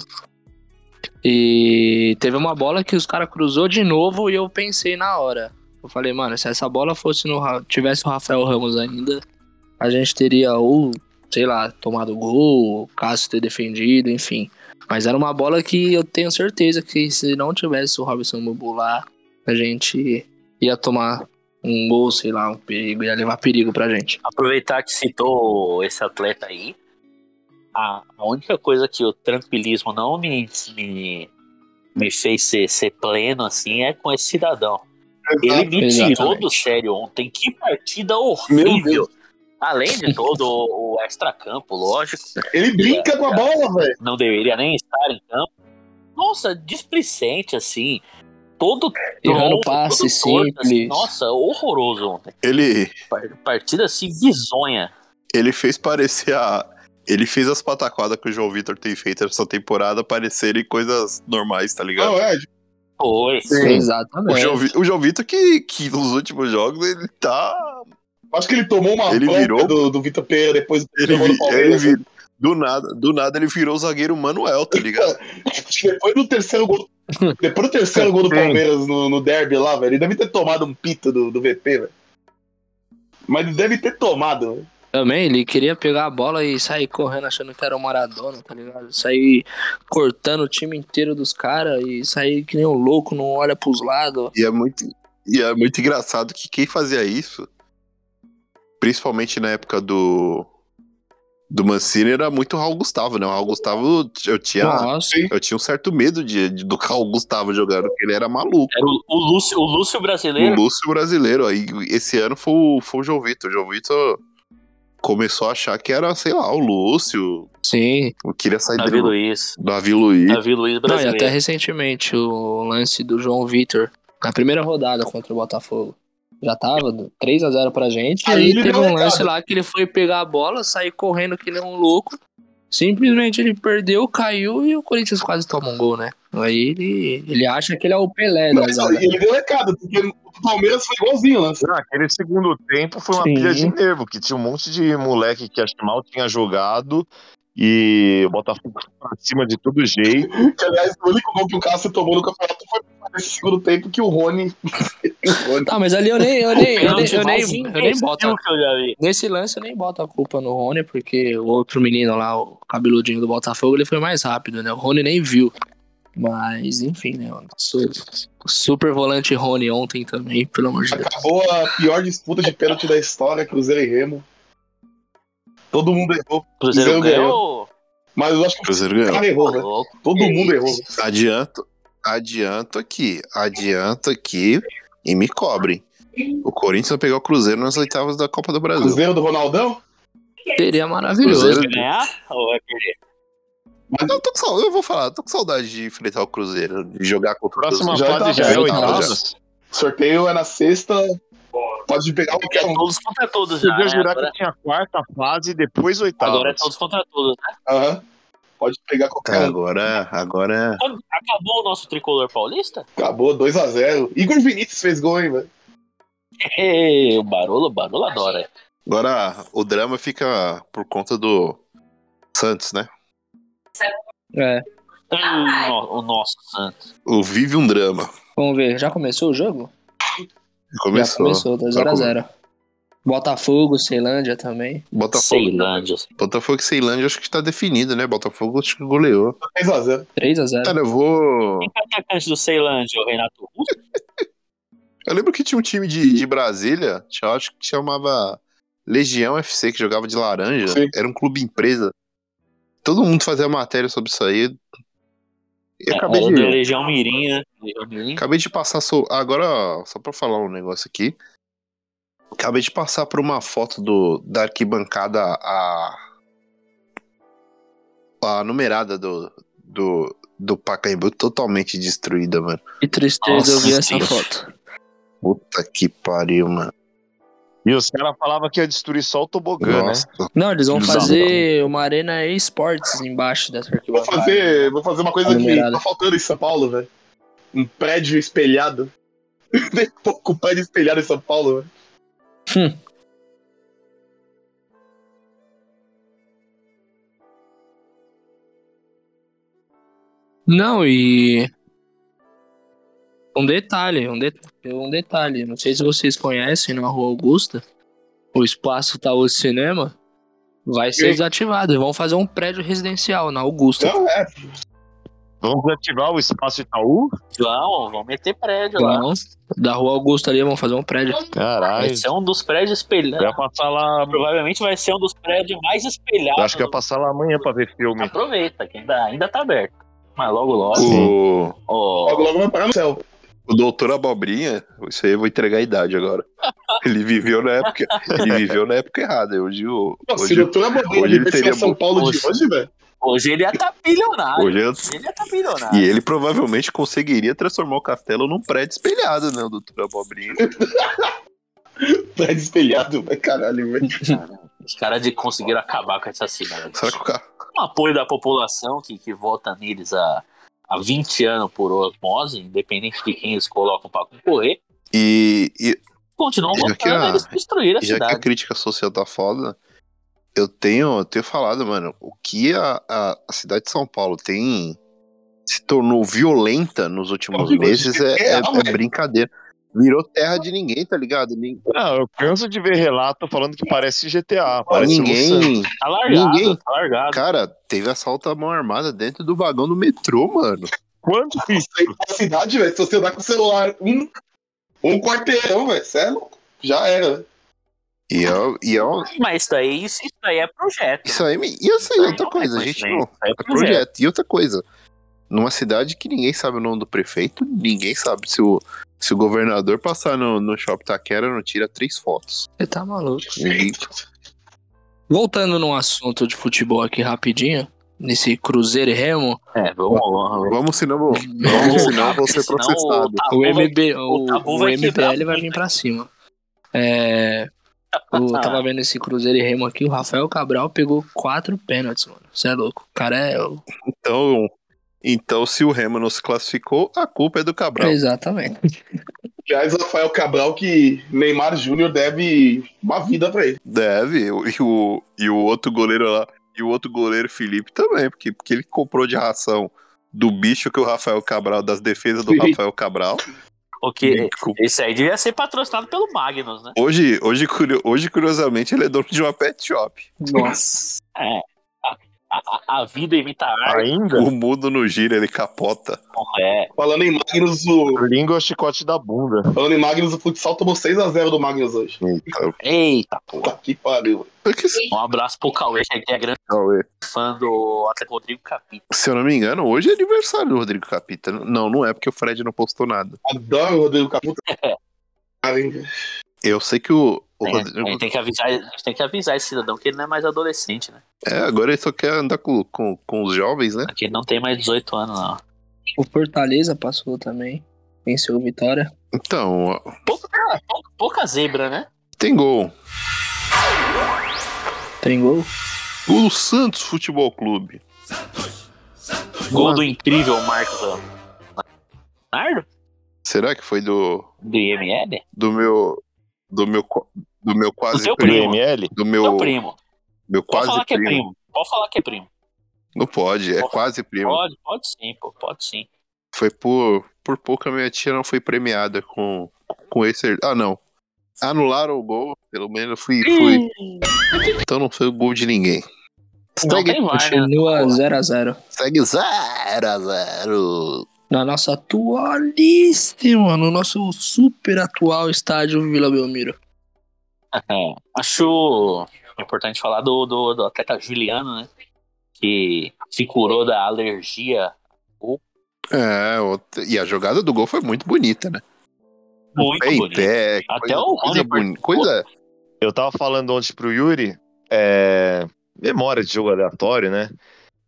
Speaker 9: e teve uma bola que os caras cruzou de novo e eu pensei na hora. Eu falei, mano, se essa bola fosse no Ra- tivesse o Rafael Ramos ainda, a gente teria ou, sei lá, tomado gol, o Cássio ter defendido, enfim. Mas era uma bola que eu tenho certeza que se não tivesse o Robson Bambu lá, a gente ia tomar um gol, sei lá, um perigo, ia levar perigo pra gente.
Speaker 5: Aproveitar que citou esse atleta aí, a, a única coisa que o tranquilismo não me, me, me fez ser, ser pleno assim é com esse cidadão. Ele me tirou
Speaker 9: Exatamente.
Speaker 5: do sério ontem. Que partida horrível. Além de todo o, o extracampo, lógico.
Speaker 11: Ele brinca com a bola, velho.
Speaker 5: Não deveria nem estar em campo. Nossa, displicente, assim. Todo
Speaker 9: Errando
Speaker 5: tronco,
Speaker 9: passe
Speaker 5: todo torto, assim.
Speaker 9: simples.
Speaker 5: Nossa, horroroso ontem.
Speaker 6: Ele,
Speaker 5: Par- Partida assim, bizonha.
Speaker 6: ele fez parecer a. Ele fez as pataquadas que o João Vitor tem feito essa temporada parecerem coisas normais, tá ligado?
Speaker 11: Não, é,
Speaker 5: Foi.
Speaker 6: o,
Speaker 9: Exatamente.
Speaker 6: João, Vi- o João Vitor que, que nos últimos jogos ele tá.
Speaker 11: Acho que ele tomou uma
Speaker 6: Ele
Speaker 11: bronca
Speaker 6: virou?
Speaker 11: do, do Vitor Pereira depois do
Speaker 6: Ele,
Speaker 11: jogo do
Speaker 6: vi- ele
Speaker 11: Palmeiras.
Speaker 6: vi- do nada, do nada ele virou o zagueiro Manuel, tá ligado?
Speaker 11: Acho que depois do terceiro gol. Depois do terceiro gol do Palmeiras no, no derby lá, velho, ele deve ter tomado um pita do, do VP, velho. Mas ele deve ter tomado. velho.
Speaker 9: Também ele queria pegar a bola e sair correndo achando que era o Maradona, tá ligado? Sair cortando o time inteiro dos caras e sair que nem um louco, não olha pros lados.
Speaker 6: E é muito, e é muito engraçado que quem fazia isso, principalmente na época do. Do Mancini era muito Raul Gustavo, né? O Raul Gustavo, eu tinha,
Speaker 9: Ah.
Speaker 5: Nossa.
Speaker 6: eu tinha um certo medo de, de- do Raul Gustavo jogando, porque ele era maluco.
Speaker 5: Era o, o Lúcio, o Lúcio brasileiro.
Speaker 6: O Lúcio brasileiro. Aí esse ano foi, o- foi o João Vitor. O João Vitor começou a achar que era, sei lá, o Lúcio.
Speaker 9: Sim.
Speaker 6: Eu queria sair
Speaker 5: Davi Luiz.
Speaker 6: Davi Luiz.
Speaker 5: Davi Luiz
Speaker 9: Não, e
Speaker 5: brasileiro.
Speaker 9: até recentemente o lance do João Vitor na primeira rodada contra o Botafogo. Já tava 3x0 pra gente.
Speaker 11: Aí
Speaker 9: Aí,
Speaker 11: ele
Speaker 9: teve
Speaker 11: deu
Speaker 9: um
Speaker 11: recado.
Speaker 9: lance lá que ele foi pegar a bola, sair correndo que ele é um louco. Simplesmente ele perdeu, caiu e o Corinthians quase toma um gol, né? Aí ele, ele acha que ele é o Pelé da
Speaker 11: Mas, ó,
Speaker 9: zaga.
Speaker 11: e ele deu recado, porque o Palmeiras foi igualzinho, né?
Speaker 8: Não, aquele segundo tempo foi uma
Speaker 9: Sim.
Speaker 8: pilha de nervo, que tinha um monte de moleque que acho que mal tinha jogado e o Botafogo foi pra cima de todo jeito.
Speaker 11: Que, aliás, o único gol que o Cássio tomou no campeonato foi nesse segundo tempo que o Rony. o Rony
Speaker 9: Tá, mas ali eu nem, eu nem, eu nem, eu nem, eu nem, boto.
Speaker 5: Que assim, eu já vi.
Speaker 9: Nesse lance eu nem boto a culpa no Rony, porque o outro menino lá, o cabeludinho do Botafogo, ele foi mais rápido, né? O Rony nem viu. Mas, enfim, né? mano? Su- Super volante Rony ontem também, pelo amor de Deus.
Speaker 11: acabou a pior disputa de pênalti da história, Cruzeiro e Remo. Todo mundo errou.
Speaker 5: Cruzeiro
Speaker 11: Cruzeiro
Speaker 5: ganhou.
Speaker 11: Mas eu acho que
Speaker 6: Cruzeiro
Speaker 11: o
Speaker 6: ganhou.
Speaker 11: cara errou, né?
Speaker 5: Louco.
Speaker 11: Todo mundo errou.
Speaker 6: Adianto, adianto aqui, adianto aqui e me cobrem. O Corinthians vai pegar o Cruzeiro nas oitavas da Copa do Brasil.
Speaker 11: Cruzeiro do Ronaldão?
Speaker 9: Seria maravilhoso.
Speaker 6: Cruzeiro-
Speaker 5: Vai ganhar? Ou vai perder?
Speaker 6: Eu, tô com saudade, eu vou falar, tô com saudade de enfrentar o Cruzeiro, de jogar contra o Cruzeiro.
Speaker 8: Próxima
Speaker 11: Já
Speaker 8: fase
Speaker 11: tá,
Speaker 8: já
Speaker 11: já
Speaker 8: é
Speaker 11: tá,
Speaker 8: oitavas.
Speaker 11: Sorteio é na sexta. Pode pegar
Speaker 5: Porque é
Speaker 11: o
Speaker 5: todos contra todos já,
Speaker 8: Podia
Speaker 5: né?
Speaker 8: jurar
Speaker 5: Agora,
Speaker 8: que tá. tinha a quarta fase e depois oitavas.
Speaker 5: agora é todos contra todos, né?
Speaker 11: Aham. Pode pegar qualquer
Speaker 6: Tá,
Speaker 11: um.
Speaker 6: agora, agora. é,
Speaker 5: Quando acabou o nosso tricolor paulista?
Speaker 11: Acabou 2x0. Igor Vinícius fez gol, hein, velho?
Speaker 5: Ei, o Barolo, o Barolo adora.
Speaker 6: Agora o drama fica por conta do Santos, né?
Speaker 9: É,
Speaker 5: Hum, o nosso Santos.
Speaker 6: O Vive um drama.
Speaker 9: vamos ver. Já começou o jogo? Já
Speaker 6: Começou.
Speaker 9: começou, tá 0x0. Botafogo, Ceilândia também.
Speaker 6: Botafogo. né?
Speaker 5: Ceilândia.
Speaker 6: Botafogo e Ceilândia acho que tá definido, né? Botafogo acho que goleou.
Speaker 11: 3x0.
Speaker 9: 3x0.
Speaker 6: Cara, eu vou.
Speaker 5: Quem que é o atacante do Ceilândia, o Renato Russo?
Speaker 6: Eu lembro que tinha um time de, de Brasília, tinha- eu acho que chamava Legião FC, que jogava de laranja.
Speaker 11: Sim.
Speaker 6: Era um clube empresa. Todo mundo fazia matéria sobre isso aí. E acabei,
Speaker 5: Era É, do
Speaker 6: de,
Speaker 5: Legião Mirim, né? Legião Mirim.
Speaker 6: acabei de passar. so- Agora, ó, só pra falar um negócio aqui. Acabei de passar por uma foto do, da arquibancada a. A numerada do, do, do Pacaembu totalmente destruída, mano.
Speaker 9: Que tristeza
Speaker 5: Nossa,
Speaker 9: eu vi essa
Speaker 5: Deus.
Speaker 9: foto.
Speaker 6: Puta que pariu, mano.
Speaker 8: E os caras falavam que ia destruir só o tobogã, né?
Speaker 6: Nossa.
Speaker 9: Não, eles vão
Speaker 6: Eles
Speaker 9: fazer uma arena esportes embaixo dessa
Speaker 11: Vou
Speaker 9: arquibancada.
Speaker 11: fazer, vou fazer uma coisa que
Speaker 9: Aglomerado.
Speaker 11: tá faltando em São Paulo, velho. Um prédio espelhado. Tem pouco prédio espelhado em São Paulo, velho.
Speaker 9: Não, e. Um detalhe, um, de... um detalhe. Não sei se vocês conhecem na Rua Augusta, o espaço Taú Cinema vai ser
Speaker 11: Sim.
Speaker 9: desativado. E vão fazer um prédio residencial na Augusta.
Speaker 11: Então é.
Speaker 8: Vamos desativar o espaço Itaú?
Speaker 5: Vão, vão meter prédio lá.
Speaker 9: Então, da Rua Augusta ali vão fazer um prédio.
Speaker 8: Caralho.
Speaker 5: Vai ser um dos prédios
Speaker 8: Eu
Speaker 5: espelhados.
Speaker 8: ia passar lá.
Speaker 5: Provavelmente vai ser um dos prédios mais
Speaker 8: Eu
Speaker 5: espelhados.
Speaker 8: acho que eu ia passar lá amanhã pra ver filme.
Speaker 5: Aproveita, que ainda, ainda tá aberto. Mas logo, logo.
Speaker 6: O,
Speaker 5: ó,
Speaker 11: Logo, logo vai parar no céu.
Speaker 6: o doutor Abobrinha, isso aí eu vou entregar a idade agora. Ele viveu na época, ele viveu na época errada. Hoje, o,
Speaker 11: Nossa, se o
Speaker 6: hoje,
Speaker 11: doutor Abobrinha
Speaker 6: hoje ele
Speaker 11: vivesse
Speaker 6: teria
Speaker 11: na São
Speaker 6: bo-
Speaker 11: Paulo de
Speaker 5: Nossa.
Speaker 11: hoje, velho.
Speaker 5: hoje ele ia tá bilionário.
Speaker 6: hoje é eu-
Speaker 5: Ele ia tá bilionário.
Speaker 6: e ele provavelmente conseguiria transformar o castelo num prédio espelhado, né, o doutor Abobrinha?
Speaker 11: Prédio espelhado, velho. Caralho, velho.
Speaker 5: Os caras de conseguiram acabar com essa cidade.
Speaker 6: Será que o cara...
Speaker 5: um apoio da população que, que vota neles há, há 20 anos por osmose, independente de quem eles colocam pra concorrer,
Speaker 6: E, e
Speaker 5: continuam
Speaker 6: Já que
Speaker 5: votando,
Speaker 6: a-
Speaker 5: eles destruíram a
Speaker 6: já que a
Speaker 5: cidade.
Speaker 6: crítica social tá foda, eu tenho, eu tenho falado, mano, o que a, a, a cidade de São Paulo tem se tornou violenta nos últimos
Speaker 11: Não,
Speaker 6: meses é, é-
Speaker 11: real,
Speaker 6: é brincadeira. Virou terra de ninguém, tá ligado? Nin-
Speaker 8: Não, Ah, eu canso de ver relato falando que parece GTA. Parece
Speaker 11: um
Speaker 8: um o San.
Speaker 6: ninguém.
Speaker 5: Tá largado,
Speaker 6: ninguém-
Speaker 5: tá largado.
Speaker 6: Cara, teve assalto à mão armada dentro do vagão do metrô, mano.
Speaker 8: Quanto isso?
Speaker 11: Isso aí na cidade, velho. Se você andar com o celular um, um quarteirão, velho. Cê é louco. Já era.
Speaker 6: E eu, e eu,
Speaker 5: Mas isso daí, isso, isso daí é projeto.
Speaker 6: isso aí, me- e essa aí, outra coisa, a gente não.
Speaker 5: aí é
Speaker 6: É projeto. E outra coisa, numa cidade que ninguém sabe o nome do prefeito, ninguém sabe se o, se o governador passar no, no shopping Taquera, não tira três fotos.
Speaker 9: Você tá maluco.
Speaker 6: Ninguém-
Speaker 9: Voltando num assunto de futebol aqui rapidinho, nesse Cruzeiro e Remo,
Speaker 5: É, vamos lá.
Speaker 6: Vamos, senão, vou- vamos, senão tá- vou ser
Speaker 5: senão tá o
Speaker 6: processado.
Speaker 5: tabu
Speaker 9: o,
Speaker 5: vai-
Speaker 9: MB, o,
Speaker 5: o tabu
Speaker 9: o
Speaker 5: vai quebrar.
Speaker 9: MBL vai vir pra cima. É, eu tava vendo esse Cruzeiro e Remo aqui, o Rafael Cabral pegou quatro pênaltis, mano. Você é louco. O cara é. o-
Speaker 6: Então, então, se o Remo não se classificou, a culpa é do Cabral.
Speaker 9: Exatamente.
Speaker 11: Aliás, é Rafael Cabral, que Neymar Júnior deve uma vida pra ele.
Speaker 6: Deve, o- e o, e o outro goleiro lá, e o outro goleiro Felipe também, porque, porque ele comprou de ração do bicho que o Rafael Cabral, das defesas do
Speaker 11: Sim.
Speaker 6: Rafael Cabral.
Speaker 5: Porque
Speaker 6: Desculpa.
Speaker 5: esse aí devia ser patrocinado pelo Magnus, né?
Speaker 6: Hoje, hoje, curio- hoje, curiosamente, ele é dono de uma pet shop.
Speaker 9: Nossa.
Speaker 5: É. A, a- a vida imita a arte.
Speaker 8: Ainda?
Speaker 6: O mundo não gira, ele capota.
Speaker 5: É.
Speaker 11: Falando em Magnus, o,
Speaker 8: Língua é o chicote da bunda.
Speaker 11: falando em Magnus, o futsal tomou 6x0 do Magnus hoje.
Speaker 6: Então,
Speaker 5: Eita, porra.
Speaker 11: Puta que pariu.
Speaker 6: por que esse
Speaker 5: Um abraço pro Cauê, que é grande
Speaker 6: Cauê?
Speaker 5: fã do Atlético Rodrigo Capim.
Speaker 6: Se eu não me engano, hoje é aniversário do Rodrigo Capita. Não, não é porque o Fred não postou nada.
Speaker 11: Adoro o Rodrigo Caputa. Cara, hein?
Speaker 6: Eu sei que o, o
Speaker 5: É, a, gente
Speaker 6: Rodrigo.
Speaker 5: tem que avisar, a gente tem que avisar esse cidadão que ele não é mais adolescente, né?
Speaker 6: É, agora ele só quer andar com, com, com os jovens, né?
Speaker 5: Que ele não tem mais 18 anos, não.
Speaker 9: O Fortaleza passou também. Venceu o Vitória.
Speaker 6: Então, ó,
Speaker 5: Pouca, pouca, pouca zebra, né?
Speaker 6: tem gol.
Speaker 9: Tem gol?
Speaker 6: O Santos Futebol Clube.
Speaker 5: Gol do incrível Marcos Leonardo?
Speaker 6: Será que foi do,
Speaker 5: Do IML?
Speaker 6: do meu. Do meu. co- Do meu
Speaker 5: Do
Speaker 6: quase
Speaker 5: seu
Speaker 8: Pro
Speaker 5: primo.
Speaker 8: IML?
Speaker 6: Do
Speaker 5: Seu
Speaker 6: meu.
Speaker 5: primo.
Speaker 6: Meu
Speaker 5: Pode
Speaker 6: quase
Speaker 5: falar que é
Speaker 6: primo.
Speaker 5: primo. Pode falar que é primo.
Speaker 6: Não pode, é
Speaker 5: Pode-
Speaker 6: quase primo.
Speaker 5: Pode, pode sim, pô. Pode sim.
Speaker 6: Foi por, por pouco a minha tia não foi premiada com, com esse. Ah, não. Anularam o gol, pelo menos eu fui, fui. Então não foi o gol de ninguém.
Speaker 5: Não
Speaker 6: Segue,
Speaker 5: tem VAR, né?
Speaker 9: Continua 0x0.
Speaker 6: segue 0 a 0
Speaker 9: Na nossa atualíssima, no nosso super atual estádio Vila Belmiro.
Speaker 5: É, acho importante falar do, do, do atleta Juliano, né? Que se curou da alergia.
Speaker 6: É, outra- e a jogada do gol foi muito bonita, né?
Speaker 5: Muito
Speaker 6: Pé em
Speaker 5: bonita.
Speaker 6: pé,
Speaker 5: Até
Speaker 6: coisa,
Speaker 5: o
Speaker 6: coisa,
Speaker 5: Rony
Speaker 6: boni-
Speaker 5: participou.
Speaker 6: coisa-
Speaker 8: Eu tava falando ontem pro Yuri, é, memória de jogo aleatório, né?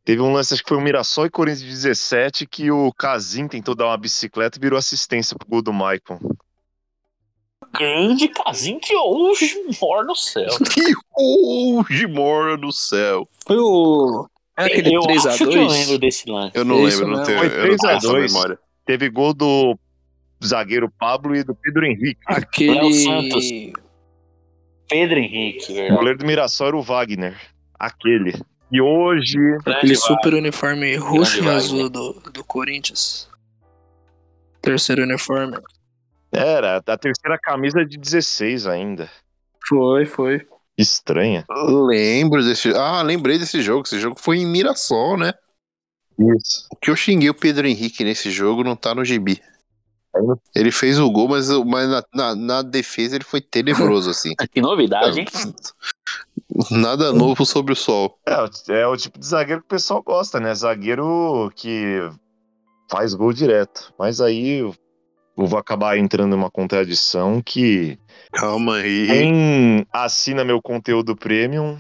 Speaker 8: Teve um lance, acho que foi o Mirassol e Corinthians de 17, que o Casim tentou dar uma bicicleta e virou assistência pro gol do Maicon.
Speaker 5: Grande casinho que hoje mora no céu.
Speaker 6: Que hoje mora no céu.
Speaker 9: Foi o. É aquele
Speaker 5: eu acho que eu lembro
Speaker 9: 3x2?
Speaker 5: desse lance.
Speaker 6: Eu não
Speaker 9: Isso
Speaker 6: lembro, não
Speaker 9: mesmo.
Speaker 6: tenho,
Speaker 8: Foi
Speaker 6: eu não
Speaker 8: três
Speaker 6: tenho
Speaker 8: a
Speaker 6: essa
Speaker 8: dois.
Speaker 6: memória.
Speaker 8: Teve gol do zagueiro Pablo e do Pedro Henrique.
Speaker 5: Léo
Speaker 9: Aquele.
Speaker 5: Santos. Pedro Henrique,
Speaker 8: O
Speaker 5: verdade.
Speaker 8: goleiro do Mirassol era o Wagner. Aquele. E hoje.
Speaker 9: Aquele super uniforme roxo e
Speaker 5: Wagner.
Speaker 9: azul do, do Corinthians. Terceiro uniforme.
Speaker 8: Era a terceira camisa de 16 ainda.
Speaker 9: Foi, foi.
Speaker 8: Estranha.
Speaker 6: Lembro desse. Ah, lembrei desse jogo. Esse jogo foi em Mirassol, né?
Speaker 8: Isso.
Speaker 6: O que eu xinguei o Pedro Henrique nesse jogo não tá no gibi.
Speaker 8: Aí não-
Speaker 6: Ele fez o gol, mas, mas na, na- na defesa ele foi tenebroso, assim.
Speaker 5: Ah, Que novidade, hein?
Speaker 6: Nada novo sobre o sol.
Speaker 8: É, o- é o tipo de zagueiro que o pessoal gosta, né? Zagueiro que faz gol direto. Mas aí eu eu vou acabar entrando numa contradição que
Speaker 6: Calma aí.
Speaker 8: quem assina meu conteúdo premium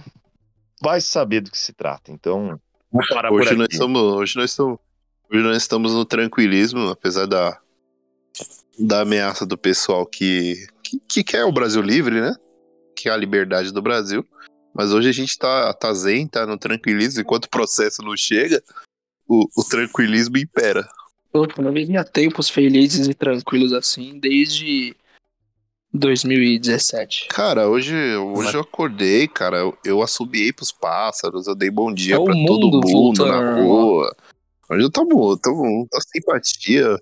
Speaker 8: vai saber do que se trata. Então, vou parar por
Speaker 6: Hoje
Speaker 8: aqui.
Speaker 6: nós, estamos, hoje, nós estamos, hoje nós estamos no tranquilismo, apesar da, da ameaça do pessoal que, que, que quer o Brasil livre, né? Que é a liberdade do Brasil. Mas hoje a gente tá, tá zen, tá no tranquilismo. Enquanto o processo não chega, o, o tranquilismo impera.
Speaker 9: Opa, não vivia tempos felizes e tranquilos assim desde 2017.
Speaker 6: Cara, hoje, hoje eu acordei, cara. Eu, eu assobiei pros pássaros, eu dei bom dia
Speaker 9: É o
Speaker 6: pra todo
Speaker 9: mundo
Speaker 6: mundo
Speaker 9: voltando
Speaker 6: na
Speaker 9: ao
Speaker 6: rua. Hoje eu um, tamo, tamo, tamo simpatia.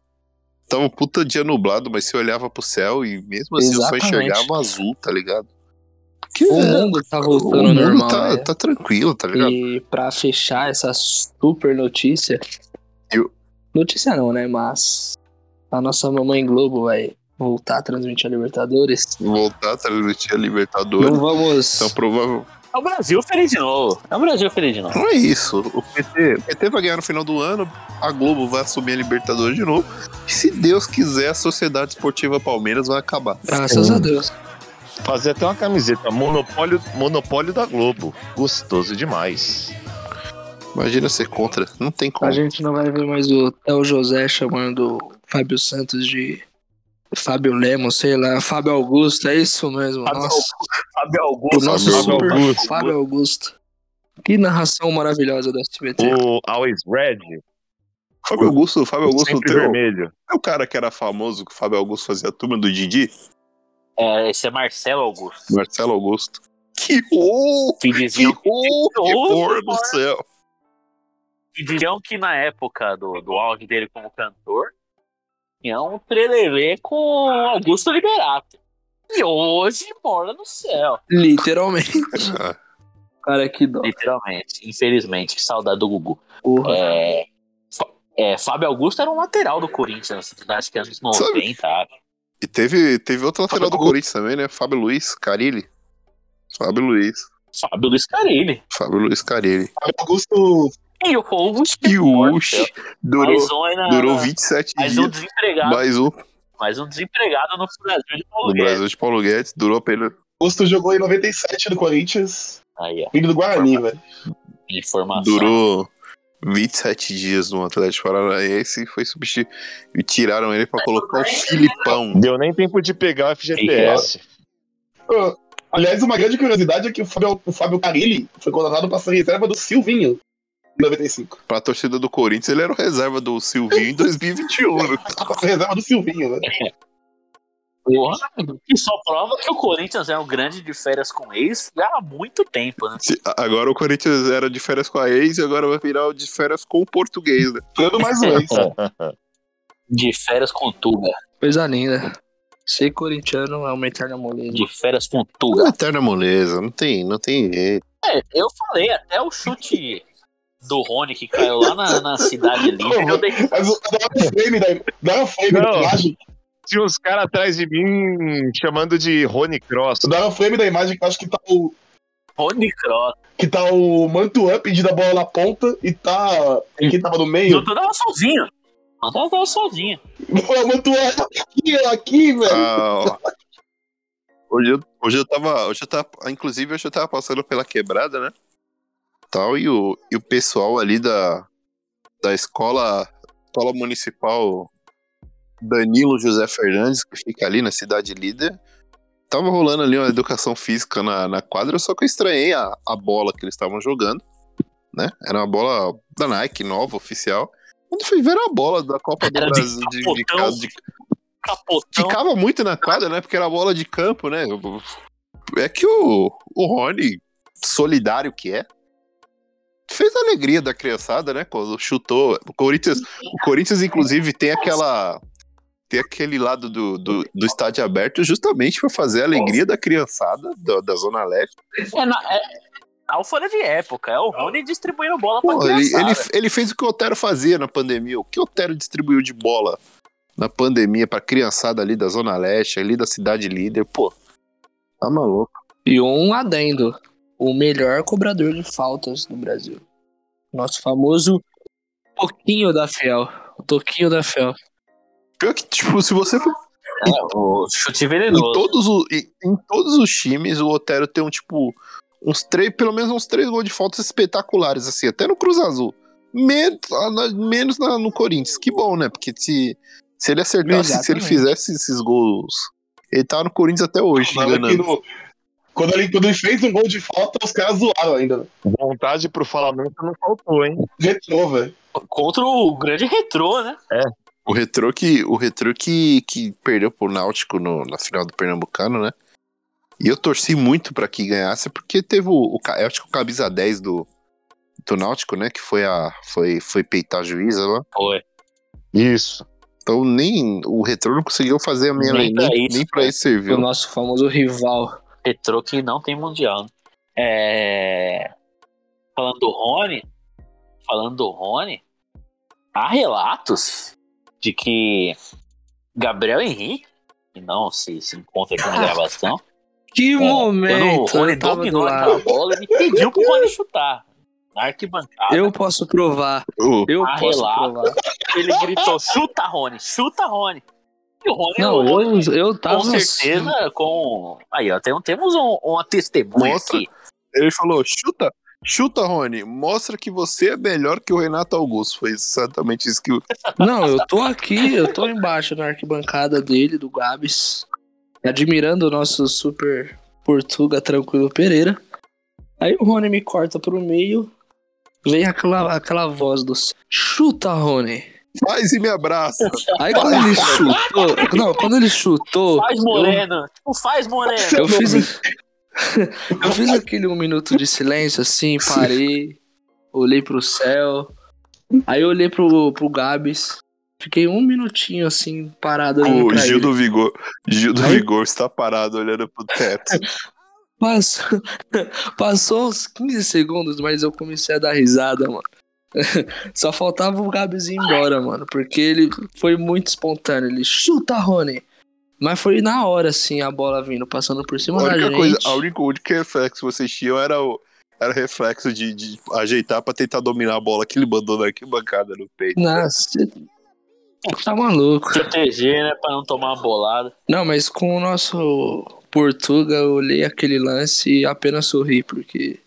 Speaker 6: Tava um puta dia nublado, mas você olhava pro céu e mesmo assim eu só
Speaker 9: Exatamente.
Speaker 6: enxergava azul, tá ligado? Porque
Speaker 9: O
Speaker 6: é,
Speaker 9: mundo tá voltando
Speaker 6: o
Speaker 9: ao
Speaker 6: mundo
Speaker 9: normal,
Speaker 6: tá,
Speaker 9: né?
Speaker 6: tá tranquilo, tá ligado?
Speaker 9: E pra fechar essa super notícia.
Speaker 6: Eu-
Speaker 9: Notícia não, né? Mas a nossa mamãe Globo vai Voltar a transmitir a Libertadores.
Speaker 6: Voltar tá a transmitir a Libertadores.
Speaker 9: Não vamos.
Speaker 6: Então, provável.
Speaker 5: É o Brasil feliz de novo. É o Brasil feliz de novo.
Speaker 6: Não é isso. O PT, o PT vai ganhar no final do ano, a Globo vai assumir a Libertadores de novo. E se Deus quiser, a Sociedade Esportiva Palmeiras vai acabar.
Speaker 9: Graças a Deus.
Speaker 8: Fazer até uma camiseta. Monopólio, monopólio da Globo. Gostoso demais.
Speaker 6: Imagina ser contra. Não tem como.
Speaker 9: A gente não vai ver mais o Theo José chamando o Fábio Santos de Fábio Lemos, sei lá. Fábio Augusto, é isso mesmo.
Speaker 5: Fábio
Speaker 9: Nossa.
Speaker 5: Fábio
Speaker 9: O
Speaker 5: Augusto.
Speaker 9: nosso
Speaker 6: Fábio
Speaker 9: super
Speaker 8: Augusto.
Speaker 9: Fábio Augusto. Que narração maravilhosa do SBT.
Speaker 8: O Always Red.
Speaker 6: Fábio Augusto, Fábio Augusto
Speaker 8: sempre
Speaker 6: tem o,
Speaker 8: vermelho.
Speaker 6: é o cara que era famoso, que o Fábio Augusto fazia a turma do Didi,
Speaker 5: É, esse é Marcelo Augusto.
Speaker 6: Marcelo Augusto. Que horror!
Speaker 5: Que
Speaker 6: Que
Speaker 5: diziam
Speaker 6: horror! Que horror do céu!
Speaker 5: que diziam que na época do, do auge dele como cantor, tinha um trelelê com Augusto Liberato. E hoje mora no céu.
Speaker 9: Literalmente.
Speaker 6: Ah,
Speaker 9: Cara, que dó.
Speaker 5: Literalmente, infelizmente, que saudade do Gugu.
Speaker 9: Porra.
Speaker 5: É, Fa- é, Fábio Augusto era um lateral do Corinthians, acho que é anos 90. acho.
Speaker 6: E teve, teve outro lateral do
Speaker 5: Augusto.
Speaker 6: Corinthians também, né? Fábio Luiz Carilli. Fábio Luiz.
Speaker 5: Fábio Luiz Carilli.
Speaker 6: Fábio Luiz Carilli.
Speaker 11: Augusto
Speaker 5: E o povo
Speaker 6: E o Ush durou,
Speaker 5: mais um, aí na-
Speaker 6: durou 27
Speaker 5: mais um
Speaker 6: dias.
Speaker 5: desempregado,
Speaker 6: Mais um
Speaker 5: mais um desempregado no Brasil de
Speaker 6: no
Speaker 5: Paulo Guedes.
Speaker 6: Brasil de Paulo Guedes. Durou apenas.
Speaker 11: Augusto jogou em 97 no Corinthians,
Speaker 5: Aí, ó,
Speaker 11: filho do Guarani, velho.
Speaker 5: informação.
Speaker 6: Durou 27 dias no Atlético Paranaense e foi substituído. E tiraram ele pra colocar o
Speaker 5: né?
Speaker 6: Filipão.
Speaker 8: Deu nem tempo de pegar o FGTS.
Speaker 11: Ah, Aliás, uma grande curiosidade é que o Fábio, o Fábio Carilli foi contratado para ser reserva do Silvinho em 95.
Speaker 6: Pra torcida do Corinthians, ele era o reserva do Silvinho em 2021. né?
Speaker 11: Pra ser reserva do Silvinho, né? velho.
Speaker 5: Porra, que só prova que o Corinthians é um grande de férias com ex há muito tempo, né?
Speaker 6: Se- a- Agora o Corinthians era de férias com a ex e agora vai virar o de férias com o português, né?
Speaker 11: Tirando mais um ex.
Speaker 5: De férias com Tuga.
Speaker 9: Coisa linda. Ser corintiano é uma eterna moleza.
Speaker 5: De férias com Tuga.
Speaker 6: Uma eterna moleza, não tem, não tem jeito.
Speaker 5: É, eu falei até o chute do Rony que caiu lá na, na Cidade Livre. Eu dei
Speaker 11: Mas o- dá uma frame, né? Dá uma frame
Speaker 8: Não.
Speaker 11: da imagem.
Speaker 8: Tinha uns caras atrás de mim chamando de Rony Cross.
Speaker 11: Dá uma frame da imagem que eu acho que tá o.
Speaker 5: Rony Cross.
Speaker 11: Que tá o Mantuan pedindo a bola na ponta e tá. E quem tava no meio.
Speaker 5: Eu tava sozinho. Eu tava sozinho.
Speaker 11: O Mantuan aqui, aqui, velho.
Speaker 6: Ah, ó. hoje, eu, hoje eu tava. Hoje eu tava. Inclusive, hoje eu tava passando pela quebrada, né? Tal, e o, e o pessoal ali da, da escola, escola municipal Danilo José Fernandes, que fica ali na cidade líder. Tava rolando ali uma educação física na, na quadra, só que eu estranhei a, a bola que eles estavam jogando, né? Era uma bola da Nike, nova, oficial. Quando eu fui ver a bola da Copa do
Speaker 5: Era de
Speaker 6: Brasil de, de,
Speaker 5: capotão.
Speaker 6: casa- de
Speaker 5: Capotão.
Speaker 6: Ficava muito na quadra, né? Porque era bola de campo, né? É que o, o Rony, solidário que é, fez a alegria da criançada, né? Quando chutou. O Corinthians, o Corinthians inclusive, tem aquela. Tem aquele lado do, do, do estádio aberto justamente pra fazer a alegria da criançada da, da Zona Leste.
Speaker 5: É, na, é, a alfândega de época. É o Rony distribuindo bola pra
Speaker 6: Pô, ele,
Speaker 5: criançada. né?
Speaker 6: ele, ele fez o que o Otero fazia na pandemia. O que o Otero distribuiu de bola na pandemia pra criançada ali da Zona Leste, ali da cidade líder. Pô, tá maluco.
Speaker 9: E um adendo. O melhor cobrador de faltas do Brasil. Nosso famoso Toquinho da Fiel. O Toquinho da Fiel.
Speaker 6: Pior que, tipo, se você for
Speaker 5: É, o chute
Speaker 6: em
Speaker 5: venenoso.
Speaker 6: todos, o- em, em todos os times, o Otero tem um, tipo, uns três, pelo menos uns três gols de faltas espetaculares, assim, até no Cruz Azul. Menos, ah, na- menos na- no Corinthians. Que bom, né? Porque se, se ele acertasse, se ele
Speaker 9: Exatamente.
Speaker 6: fizesse esses gols, ele tava no Corinthians até hoje,
Speaker 11: Tava aqui
Speaker 6: enganando.
Speaker 11: no- Quando ele, quando ele fez um gol de falta, os caras zoaram ainda.
Speaker 8: Vontade pro Falamento não faltou, hein?
Speaker 11: Retrô, velho.
Speaker 6: Então-
Speaker 5: Contra o grande retrô, né?
Speaker 6: O retrô que, o retrô que, que perdeu pro Náutico no- na final do Pernambucano, né? E eu torci muito pra que ganhasse, porque teve o, o ca- eu acho que o camisa 10 do, do Náutico, né? Que foi a foi, foi peitar a juíza lá.
Speaker 5: Foi.
Speaker 8: Isso.
Speaker 6: Então nem o retrô não conseguiu fazer a minha
Speaker 5: Nem
Speaker 6: lei,
Speaker 5: pra
Speaker 6: nem, nem,
Speaker 5: isso,
Speaker 6: pra
Speaker 5: né?
Speaker 6: isso
Speaker 9: O
Speaker 6: serviu.
Speaker 9: nosso famoso rival.
Speaker 5: Retrô que não tem mundial. né? É, Falando do Rony, falando do Rony, há relatos de que Gabriel Henrique e não se, se encontra aqui na gravação.
Speaker 9: Que
Speaker 5: É, Quando o
Speaker 9: momento!
Speaker 5: Rony
Speaker 9: eu tava
Speaker 5: dominou
Speaker 9: do
Speaker 5: aquela
Speaker 9: lado.
Speaker 5: bola, ele pediu pro Rony chutar. Na arquibancada,
Speaker 9: Eu posso provar. Eu
Speaker 5: a
Speaker 9: posso
Speaker 5: relato,
Speaker 9: provar.
Speaker 5: ele gritou, chuta Rony, chuta Rony. E o Rony,
Speaker 9: Não, tá eu, eu tava.
Speaker 5: com certeza, com... Aí, ó, tem- temos um- uma testemunha
Speaker 6: Mostra.
Speaker 5: aqui.
Speaker 6: Ele falou: chuta, chuta, Rony, mostra que você é melhor que o Renato Augusto. Foi exatamente isso que o.
Speaker 9: Não, eu tô aqui, eu tô embaixo na arquibancada dele, do Gabs, admirando o nosso super Portuga Tranquilo Pereira. Aí o Rony me corta pro meio, vem aquela, aquela voz do céu, chuta, Rony.
Speaker 6: Faz e me abraça.
Speaker 5: Tá
Speaker 9: Aí quando ele chutou, não, quando ele chutou,
Speaker 5: Faz
Speaker 9: eu,
Speaker 5: Moreno, tipo, faz Moreno.
Speaker 9: eu fiz eu fiz aquele um minuto de silêncio assim, parei, olhei pro céu, aí eu olhei pro, pro Gabs, fiquei um minutinho assim parado olhando
Speaker 6: O
Speaker 9: pra
Speaker 6: Gil
Speaker 9: ele.
Speaker 6: do Vigor. Gil do
Speaker 9: Aí-
Speaker 6: Vigor está parado olhando pro teto.
Speaker 9: Passou, passou uns 15 segundos, mas eu comecei a dar risada, mano. Só faltava o Gabs ir embora, mano, porque ele foi muito espontâneo. Ele chuta, Rony. Mas foi na hora, assim, a bola vindo, passando por
Speaker 6: A
Speaker 9: cima da
Speaker 6: única
Speaker 9: gente.
Speaker 6: coisa, a única, o único reflexo que vocês tinham era o. Era o reflexo de, de ajeitar pra tentar dominar a bola que ele mandou na arquibancada no peito.
Speaker 9: Nossa, você tá maluco.
Speaker 5: Proteger, né, pra não tomar uma bolada.
Speaker 9: Não, mas com o nosso Portuga, eu olhei aquele lance e apenas sorri, porque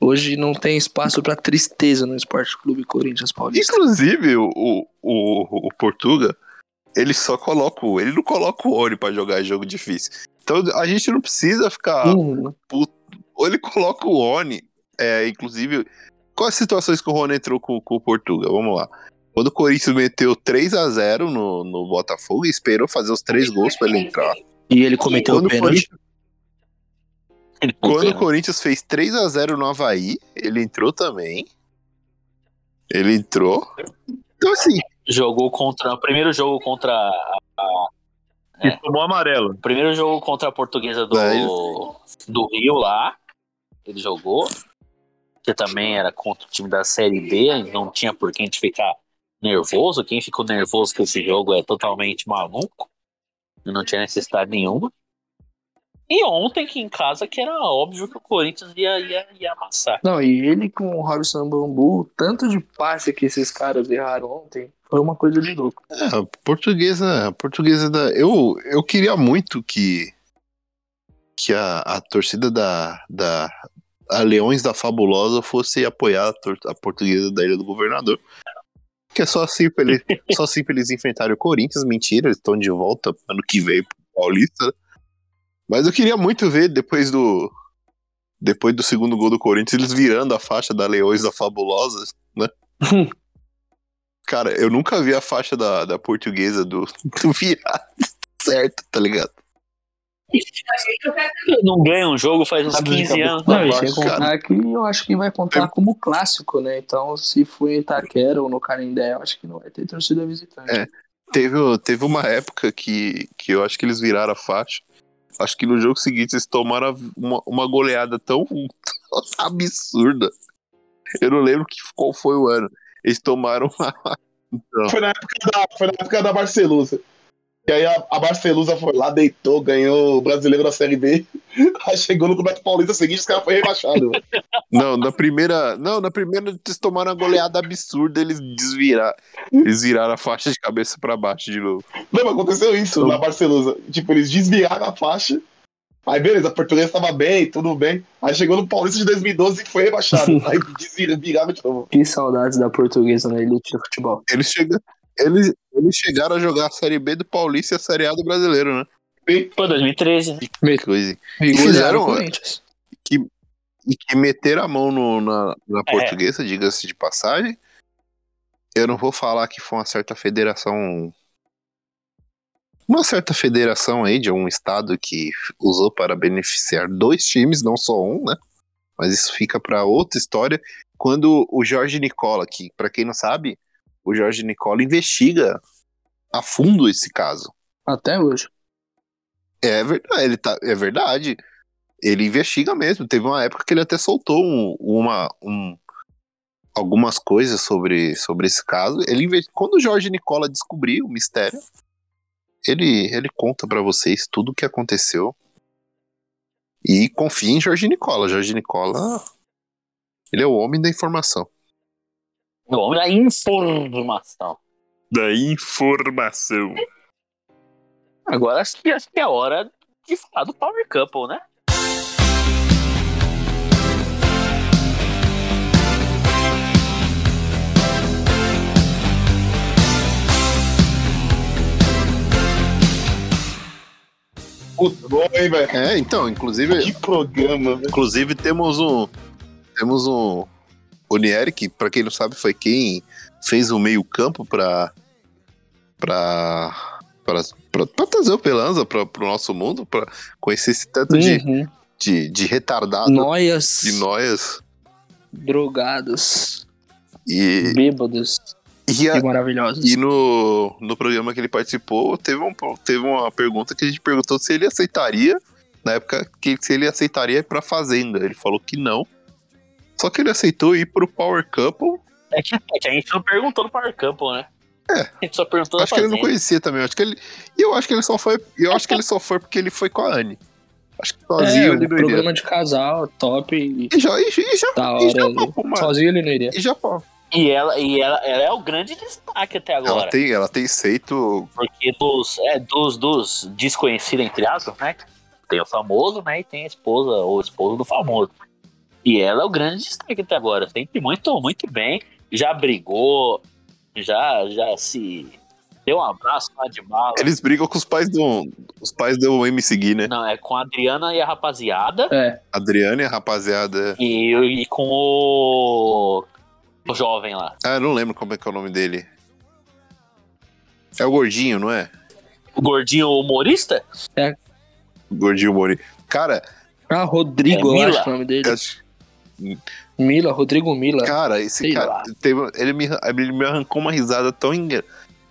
Speaker 9: hoje não tem espaço pra tristeza no Esporte Clube Corinthians Paulista.
Speaker 6: Inclusive, o, o, o, o Portuga, ele só coloca o. Ele não coloca o Rony pra jogar jogo difícil. Então a gente não precisa ficar.
Speaker 9: Hum,
Speaker 6: ou ele coloca o Rony, é, inclusive, quais situações que o Rony entrou com, com o Portuga? Vamos lá. Quando o Corinthians meteu 3 a 0 no, no Botafogo e esperou fazer os três gols pra ele entrar.
Speaker 9: e ele cometeu
Speaker 6: Quando
Speaker 9: o
Speaker 6: o
Speaker 9: pênalti.
Speaker 6: Quando o Corinthians fez 3 a 0 no Havaí, ele entrou também. Ele entrou. Então, assim,
Speaker 5: Jogou contra... O primeiro jogo contra... a-
Speaker 8: E tomou amarelo.
Speaker 5: o Primeiro jogo contra a portuguesa do,
Speaker 6: Daí-
Speaker 5: do Rio lá. Ele jogou. Que também era contra o time da Série B. Não tinha por que a gente ficar nervoso. Quem ficou nervoso com esse jogo é totalmente maluco. Não tinha necessidade nenhuma. E ontem aqui em casa que era óbvio que o Corinthians ia, ia, ia amassar.
Speaker 9: Não, e ele com o Robson Bambu, o tanto de passe que esses caras erraram ontem, foi uma coisa de louco.
Speaker 6: A É, portuguesa, a portuguesa da. Eu, eu queria muito que que a, a torcida da, da a Leões da Fabulosa fosse apoiar a, tor- a portuguesa da Ilha do Governador. Que é só assim pra eles, só assim pra eles enfrentarem o Corinthians, mentira, eles estão de volta ano que vem pro Paulista. Mas eu queria muito ver depois do depois do segundo gol do Corinthians eles virando a faixa da Leões da Fabulosa, né? Cara, eu nunca vi a faixa da, da portuguesa do, do virado certo, tá ligado?
Speaker 5: Não ganha um jogo faz uns
Speaker 6: Sabe de
Speaker 5: 15 anos.
Speaker 9: Não, é e
Speaker 6: Tá
Speaker 9: sem
Speaker 6: baixo, cara.
Speaker 9: contar que eu acho que vai contar como clássico, né? Então, se for em Itaquera ou no Carindé, eu acho que não vai ter torcida visitante.
Speaker 6: É. Teve, teve uma época que, que eu acho que eles viraram a faixa. Acho que no jogo seguinte eles tomaram uma, uma goleada tão, tão absurda. Eu não lembro que, qual foi o ano. Eles tomaram uma. Então,
Speaker 11: Foi na época da, foi na época da Barcelusa. E aí a, a Barcelusa foi lá, deitou, ganhou o brasileiro da Série B. Aí chegou no Campeonato Paulista seguinte, os caras foram rebaixados. velho.
Speaker 6: não, na primeira. Não, na primeira eles tomaram uma goleada absurda, eles desviraram. Eles viraram a faixa de cabeça pra baixo de novo. Então
Speaker 11: Lembra, aconteceu isso na Barcelusa. Tipo, eles desviaram a faixa. Aí beleza, a portuguesa tava bem, tudo bem. Aí chegou no Paulista de 2012 e foi rebaixado. Aí desvira- viraram de novo.
Speaker 9: Que saudades da portuguesa na elite do futebol.
Speaker 6: Eles, chega, eles, eles chegaram a jogar a Série B do Paulista e a Série A do Brasileiro, né?
Speaker 5: Pô, 2013.
Speaker 6: Que coisa.
Speaker 9: E
Speaker 6: fizeram,
Speaker 9: golearam o
Speaker 6: olha.
Speaker 9: Corinthians.
Speaker 6: E que meteram a mão no- na, na
Speaker 5: É.
Speaker 6: portuguesa, diga-se de passagem. Eu não vou falar que foi uma certa federação. Uma certa federação aí de um estado que usou para beneficiar dois times, não só um, né? Mas isso fica para outra história. Quando o Jorge Nicola, que para quem não sabe, o Jorge Nicola investiga a fundo esse caso.
Speaker 9: Até hoje.
Speaker 6: É verdade, ele tá, é verdade. Ele investiga mesmo. Teve uma época que ele até soltou um- uma, um- algumas coisas sobre, sobre esse caso. Ele inve- Quando o Jorge Nicola descobriu o mistério, ele, ele conta pra vocês tudo o que aconteceu. E confia em Jorge Nicola. Jorge Nicola, ele é o homem da informação.
Speaker 5: O homem da informação.
Speaker 6: Da informação.
Speaker 5: Agora acho que, acho que é hora de falar do Power Couple, né?
Speaker 11: Bom, hein, velho?
Speaker 6: É, então, inclusive.
Speaker 11: Que programa, velho.
Speaker 6: Inclusive temos um. Temos um. O Nieri, que pra quem não sabe, foi quem fez o meio-campo pra. pra. pra, pra, pra trazer o Pelanza pra, pro nosso mundo, pra conhecer esse tanto de,
Speaker 9: Uhum.
Speaker 6: de, de retardado,
Speaker 9: Noias,
Speaker 6: de noias.
Speaker 9: drogados,
Speaker 6: E,
Speaker 9: bêbados
Speaker 6: e, a-
Speaker 9: e maravilhosos.
Speaker 6: e no, no programa que ele participou, teve, um, teve uma pergunta que a gente perguntou se ele aceitaria, na época, que, se ele aceitaria ir pra Fazenda. Ele falou que não. Só que ele aceitou ir pro Power Couple
Speaker 5: É que, é que a gente não perguntou do Power Couple, né?
Speaker 6: É.
Speaker 5: A gente só perguntou da
Speaker 6: acho que ele não
Speaker 5: Fazenda.
Speaker 6: conhecia também. Acho que ele, e eu acho que ele só foi. Eu acho que ele só foi porque ele foi com a Anne. Acho que sozinho
Speaker 9: é,
Speaker 6: ele
Speaker 9: um
Speaker 6: não iria.
Speaker 9: programa de casal, top, e
Speaker 6: E já, e, já- e já,
Speaker 9: da
Speaker 6: e já
Speaker 9: hora.
Speaker 6: papo, mano.
Speaker 9: Sozinho ele não iria.
Speaker 6: E já papo.
Speaker 5: E, ela, e ela, ela é o grande destaque até agora.
Speaker 6: Ela tem, ela tem seito.
Speaker 5: Porque dos, é, dos, dos desconhecidos, entre aspas, né? Tem o famoso, né? E tem a esposa ou esposo do famoso. E ela é o grande destaque até agora. Sempre muito, muito bem. Já brigou, já, já se deu um abraço lá de mala.
Speaker 6: Eles brigam com os pais do. Os pais do MC Gui, né?
Speaker 5: Não, é com a Adriana e a rapaziada.
Speaker 9: É,
Speaker 6: Adriane, a rapaziada.
Speaker 5: E, e com o, o jovem lá.
Speaker 6: Ah, eu não lembro como é que é o nome dele. É o Gordinho, não é?
Speaker 5: O gordinho humorista?
Speaker 6: O Gordinho Mori. Cara,
Speaker 9: ah, Rodrigo,
Speaker 5: É,
Speaker 9: eu
Speaker 5: Mila.
Speaker 9: acho que é o nome dele.
Speaker 6: eu acho- É.
Speaker 9: Mila, Rodrigo Mila.
Speaker 6: Cara, esse
Speaker 9: Sei
Speaker 6: cara.
Speaker 9: lá.
Speaker 6: teve- ele, me, ele me arrancou uma risada tão, engra-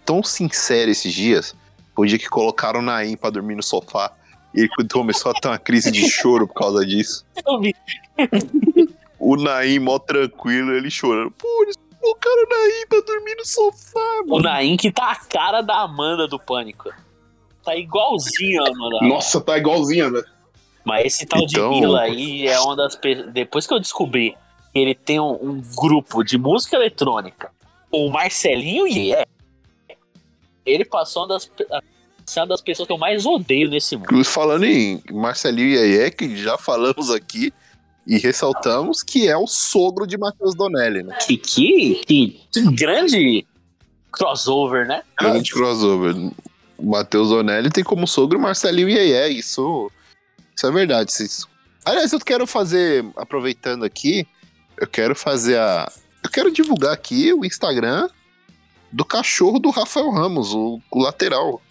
Speaker 6: tão sincera esses dias. Foi o dia que colocaram na IM pra dormir no sofá. E ele começou a ter uma crise de choro por causa disso.
Speaker 5: Eu vi.
Speaker 6: O Naim, mó tranquilo, ele chorando. Pô, eles colocaram o Naim pra dormir no sofá.
Speaker 5: O Naim que tá a cara da Amanda do Pânico. Tá igualzinho a Amanda.
Speaker 11: Nossa, tá igualzinha, velho.
Speaker 5: Mas esse tal
Speaker 6: Então-
Speaker 5: de Mila aí é uma das. pe- Depois que eu descobri que ele tem um, um grupo de música eletrônica, o Marcelinho e é. Ele passou uma das, pe- a- ser uma das pessoas que eu mais odeio nesse mundo.
Speaker 6: Inclusive, Falando em Marcelinho Iaie, que já falamos aqui e ressaltamos que é o sogro de Matheus Donelli, né?
Speaker 5: Que, que, que grande crossover, né?
Speaker 6: Grande crossover. O Matheus Onelli tem como sogro Marcelinho Iaie, isso, isso é verdade. Isso. Aliás, eu quero fazer, aproveitando aqui, eu quero fazer a. Eu quero divulgar aqui o Instagram do cachorro do Rafael Ramos, o, o lateral.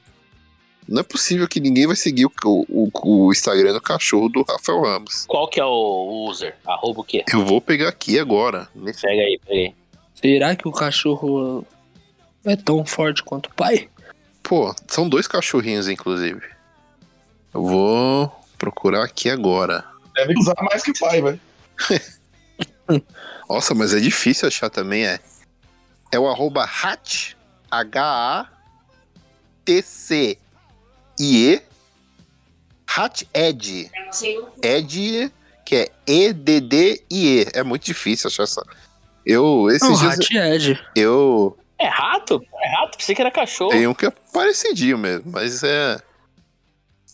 Speaker 6: Não é possível que ninguém vai seguir o, o, o Instagram do cachorro do Rafael Ramos.
Speaker 5: Qual que é o user? Arroba o quê?
Speaker 6: Eu vou pegar aqui agora. nesse-
Speaker 5: Pega aí, pega aí.
Speaker 9: Será que o cachorro é tão forte quanto o pai?
Speaker 6: Pô, são dois cachorrinhos, inclusive. Eu vou procurar aqui agora.
Speaker 11: Deve usar mais que pai, velho.
Speaker 6: Nossa, mas é difícil achar também, é. É o arroba hat, H-A-T-C-I-E, hat ed, ed, que é E-D-D-I-E. É muito difícil achar essa. Eu, esses
Speaker 9: Não,
Speaker 6: dias,
Speaker 9: Rat Ed.
Speaker 6: eu
Speaker 5: É rato? É rato? Pensei que era cachorro.
Speaker 6: Tem um que é parecidinho mesmo, mas é.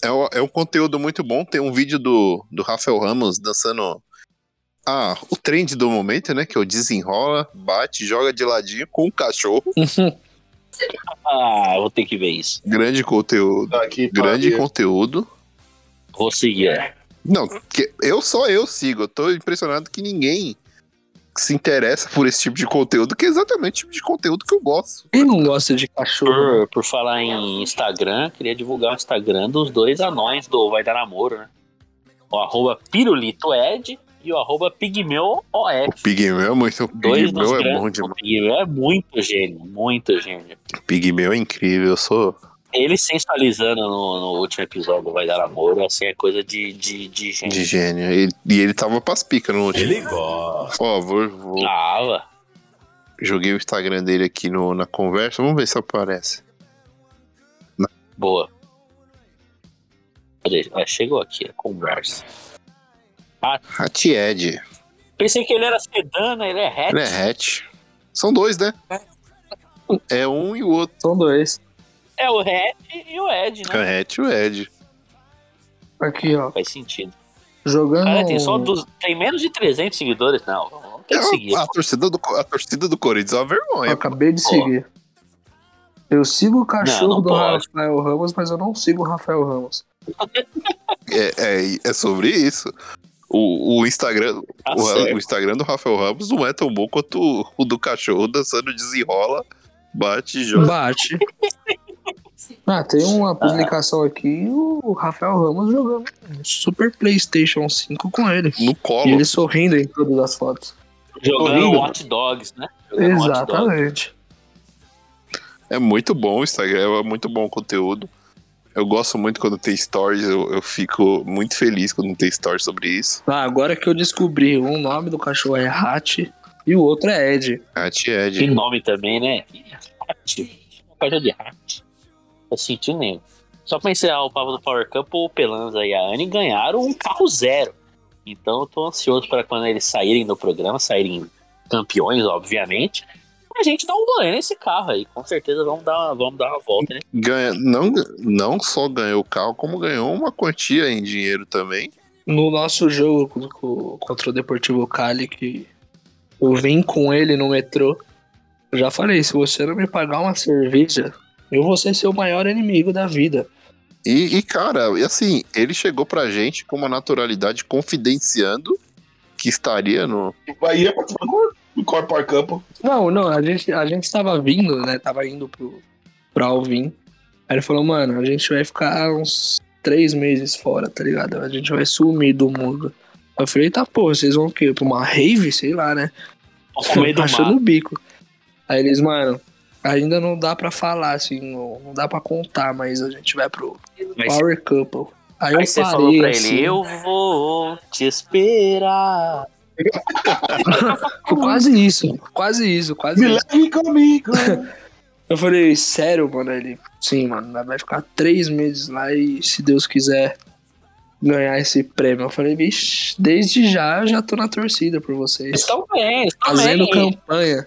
Speaker 6: É um, é um conteúdo muito bom. Tem um vídeo do, do Rafael Ramos dançando. Ah, o trend do momento, né? Que é o desenrola, bate, joga de ladinho com o cachorro.
Speaker 5: Ah, vou ter que ver isso.
Speaker 6: Grande conteúdo.
Speaker 11: Tá aqui,
Speaker 6: Grande
Speaker 11: pariu.
Speaker 6: conteúdo.
Speaker 5: Vou seguir. é.
Speaker 6: Não, que- eu só eu sigo. Eu tô impressionado que ninguém se interessa por esse tipo de conteúdo, que é exatamente o tipo de conteúdo que eu gosto.
Speaker 9: Quem não gosta de cachorro?
Speaker 6: Hum.
Speaker 5: Por, por falar em Instagram, queria divulgar o Instagram dos dois anões do Vai Dar Namoro, né? O arroba pirulitoed e o arroba pigmeuof.
Speaker 6: O Pigmeu é muito. O
Speaker 5: Dois dos
Speaker 6: Pigmeu é
Speaker 5: grandes-
Speaker 6: bom demais.
Speaker 5: O Pigmeu é muito gênio, muito gênio.
Speaker 6: O Pigmeu é incrível. Eu sou.
Speaker 5: Ele sensualizando no, no último episódio do Vai Dar Namoro, assim, é coisa de, de, de gênio.
Speaker 6: De gênio. E, e ele tava pras picas no último.
Speaker 2: gosta.
Speaker 6: Ó, vou, vou-
Speaker 5: Tava.
Speaker 6: Joguei o Instagram dele aqui no, na conversa. Vamos ver se aparece. Na
Speaker 5: Boa. Peraí, ah, chegou aqui a conversa.
Speaker 6: Ah, Hatied.
Speaker 5: Pensei que ele era sedana, ele é hatch.
Speaker 6: Ele é hatch. São dois, né? É um e o outro.
Speaker 9: São dois.
Speaker 5: É o hatch e o Ed, né?
Speaker 6: É o hatch e o Ed.
Speaker 9: Aqui, ó.
Speaker 5: Faz sentido.
Speaker 9: Jogando.
Speaker 5: Cara, tem só du- tem menos de 300 seguidores, não. Vamos ter que seguir.
Speaker 6: É, a, torcida do, a torcida do Corinthians é uma
Speaker 9: Eu
Speaker 6: vergonha.
Speaker 9: acabei de seguir. Eu sigo o cachorro
Speaker 5: Não, não
Speaker 9: do
Speaker 5: pode.
Speaker 9: Rafael Ramos, mas eu não sigo o Rafael Ramos.
Speaker 6: É, é, é sobre isso. O, o Instagram,
Speaker 5: Tá
Speaker 6: o,
Speaker 5: certo.
Speaker 6: o Instagram do Rafael Ramos não é tão bom quanto o do cachorro dançando desenrola, bate e joga.
Speaker 9: Bate. Ah, tem uma publicação aqui, o Rafael Ramos jogando um Super Playstation 5 com ele.
Speaker 5: Hum.
Speaker 6: no
Speaker 9: E
Speaker 6: colo.
Speaker 9: ele sorrindo em todas as fotos.
Speaker 5: Jogando
Speaker 6: horrível.
Speaker 5: hot dogs, né? Jogando hot dogs.
Speaker 9: Exatamente.
Speaker 6: É muito bom o Instagram, é muito bom o conteúdo. Eu gosto muito quando tem stories, eu, eu fico muito feliz quando tem stories sobre isso.
Speaker 9: Ah, agora que eu descobri, um nome do cachorro é Hat e o outro é Ed.
Speaker 6: A
Speaker 5: Que
Speaker 6: Ed.
Speaker 5: nome também, né? Caixa de hat. Não sentido nenhum. Só pra encerrar o papo do Power Camp, o Pelanza e a Anne ganharam um carro zero. Então eu tô ansioso para quando eles saírem do programa, saírem campeões, obviamente, a gente dar um rolê nesse carro aí. Com certeza vamos dar, vamos dar uma volta, né?
Speaker 6: Ganha, não, não só ganhou o carro, como ganhou uma quantia em dinheiro também.
Speaker 9: No nosso jogo co- co- contra o Deportivo Cali, que eu vim com ele no metrô, eu já falei, se você não me pagar uma cerveja, eu vou ser seu maior inimigo da vida.
Speaker 6: E, e, cara, e assim, ele chegou pra gente com uma naturalidade confidenciando que estaria no.
Speaker 11: O Bahia participou do- do Core Power Campo.
Speaker 9: Não, não, a gente, a gente tava vindo, né? Tava indo pro, pra Alvin. Aí ele falou, mano, a gente vai ficar uns três meses fora, tá ligado? A gente vai sumir do mundo. Eu falei, tá, pô, vocês vão o quê? Pra uma rave? Sei lá, né?
Speaker 5: Ao meio do
Speaker 9: Achando
Speaker 5: mato.
Speaker 9: o bico. Aí eles, mano, ainda não dá pra falar, assim, não, não dá pra contar, mas a gente vai pro
Speaker 5: Mas-
Speaker 9: Power Couple. Aí,
Speaker 5: Aí
Speaker 9: eu
Speaker 5: você
Speaker 9: parei,
Speaker 5: falou pra
Speaker 9: assim,
Speaker 5: ele, eu vou te esperar.
Speaker 9: Foi quase isso, quase isso, quase
Speaker 11: Me
Speaker 9: isso.
Speaker 11: leve comigo.
Speaker 9: Eu falei, sério, mano? Aí Ele, sim, mano, nós vai ficar três meses lá e se Deus quiser ganhar esse prêmio. Eu falei, vixe, desde já eu já tô na torcida por vocês.
Speaker 5: Estão bem, estão
Speaker 9: Fazendo
Speaker 5: bem.
Speaker 9: campanha.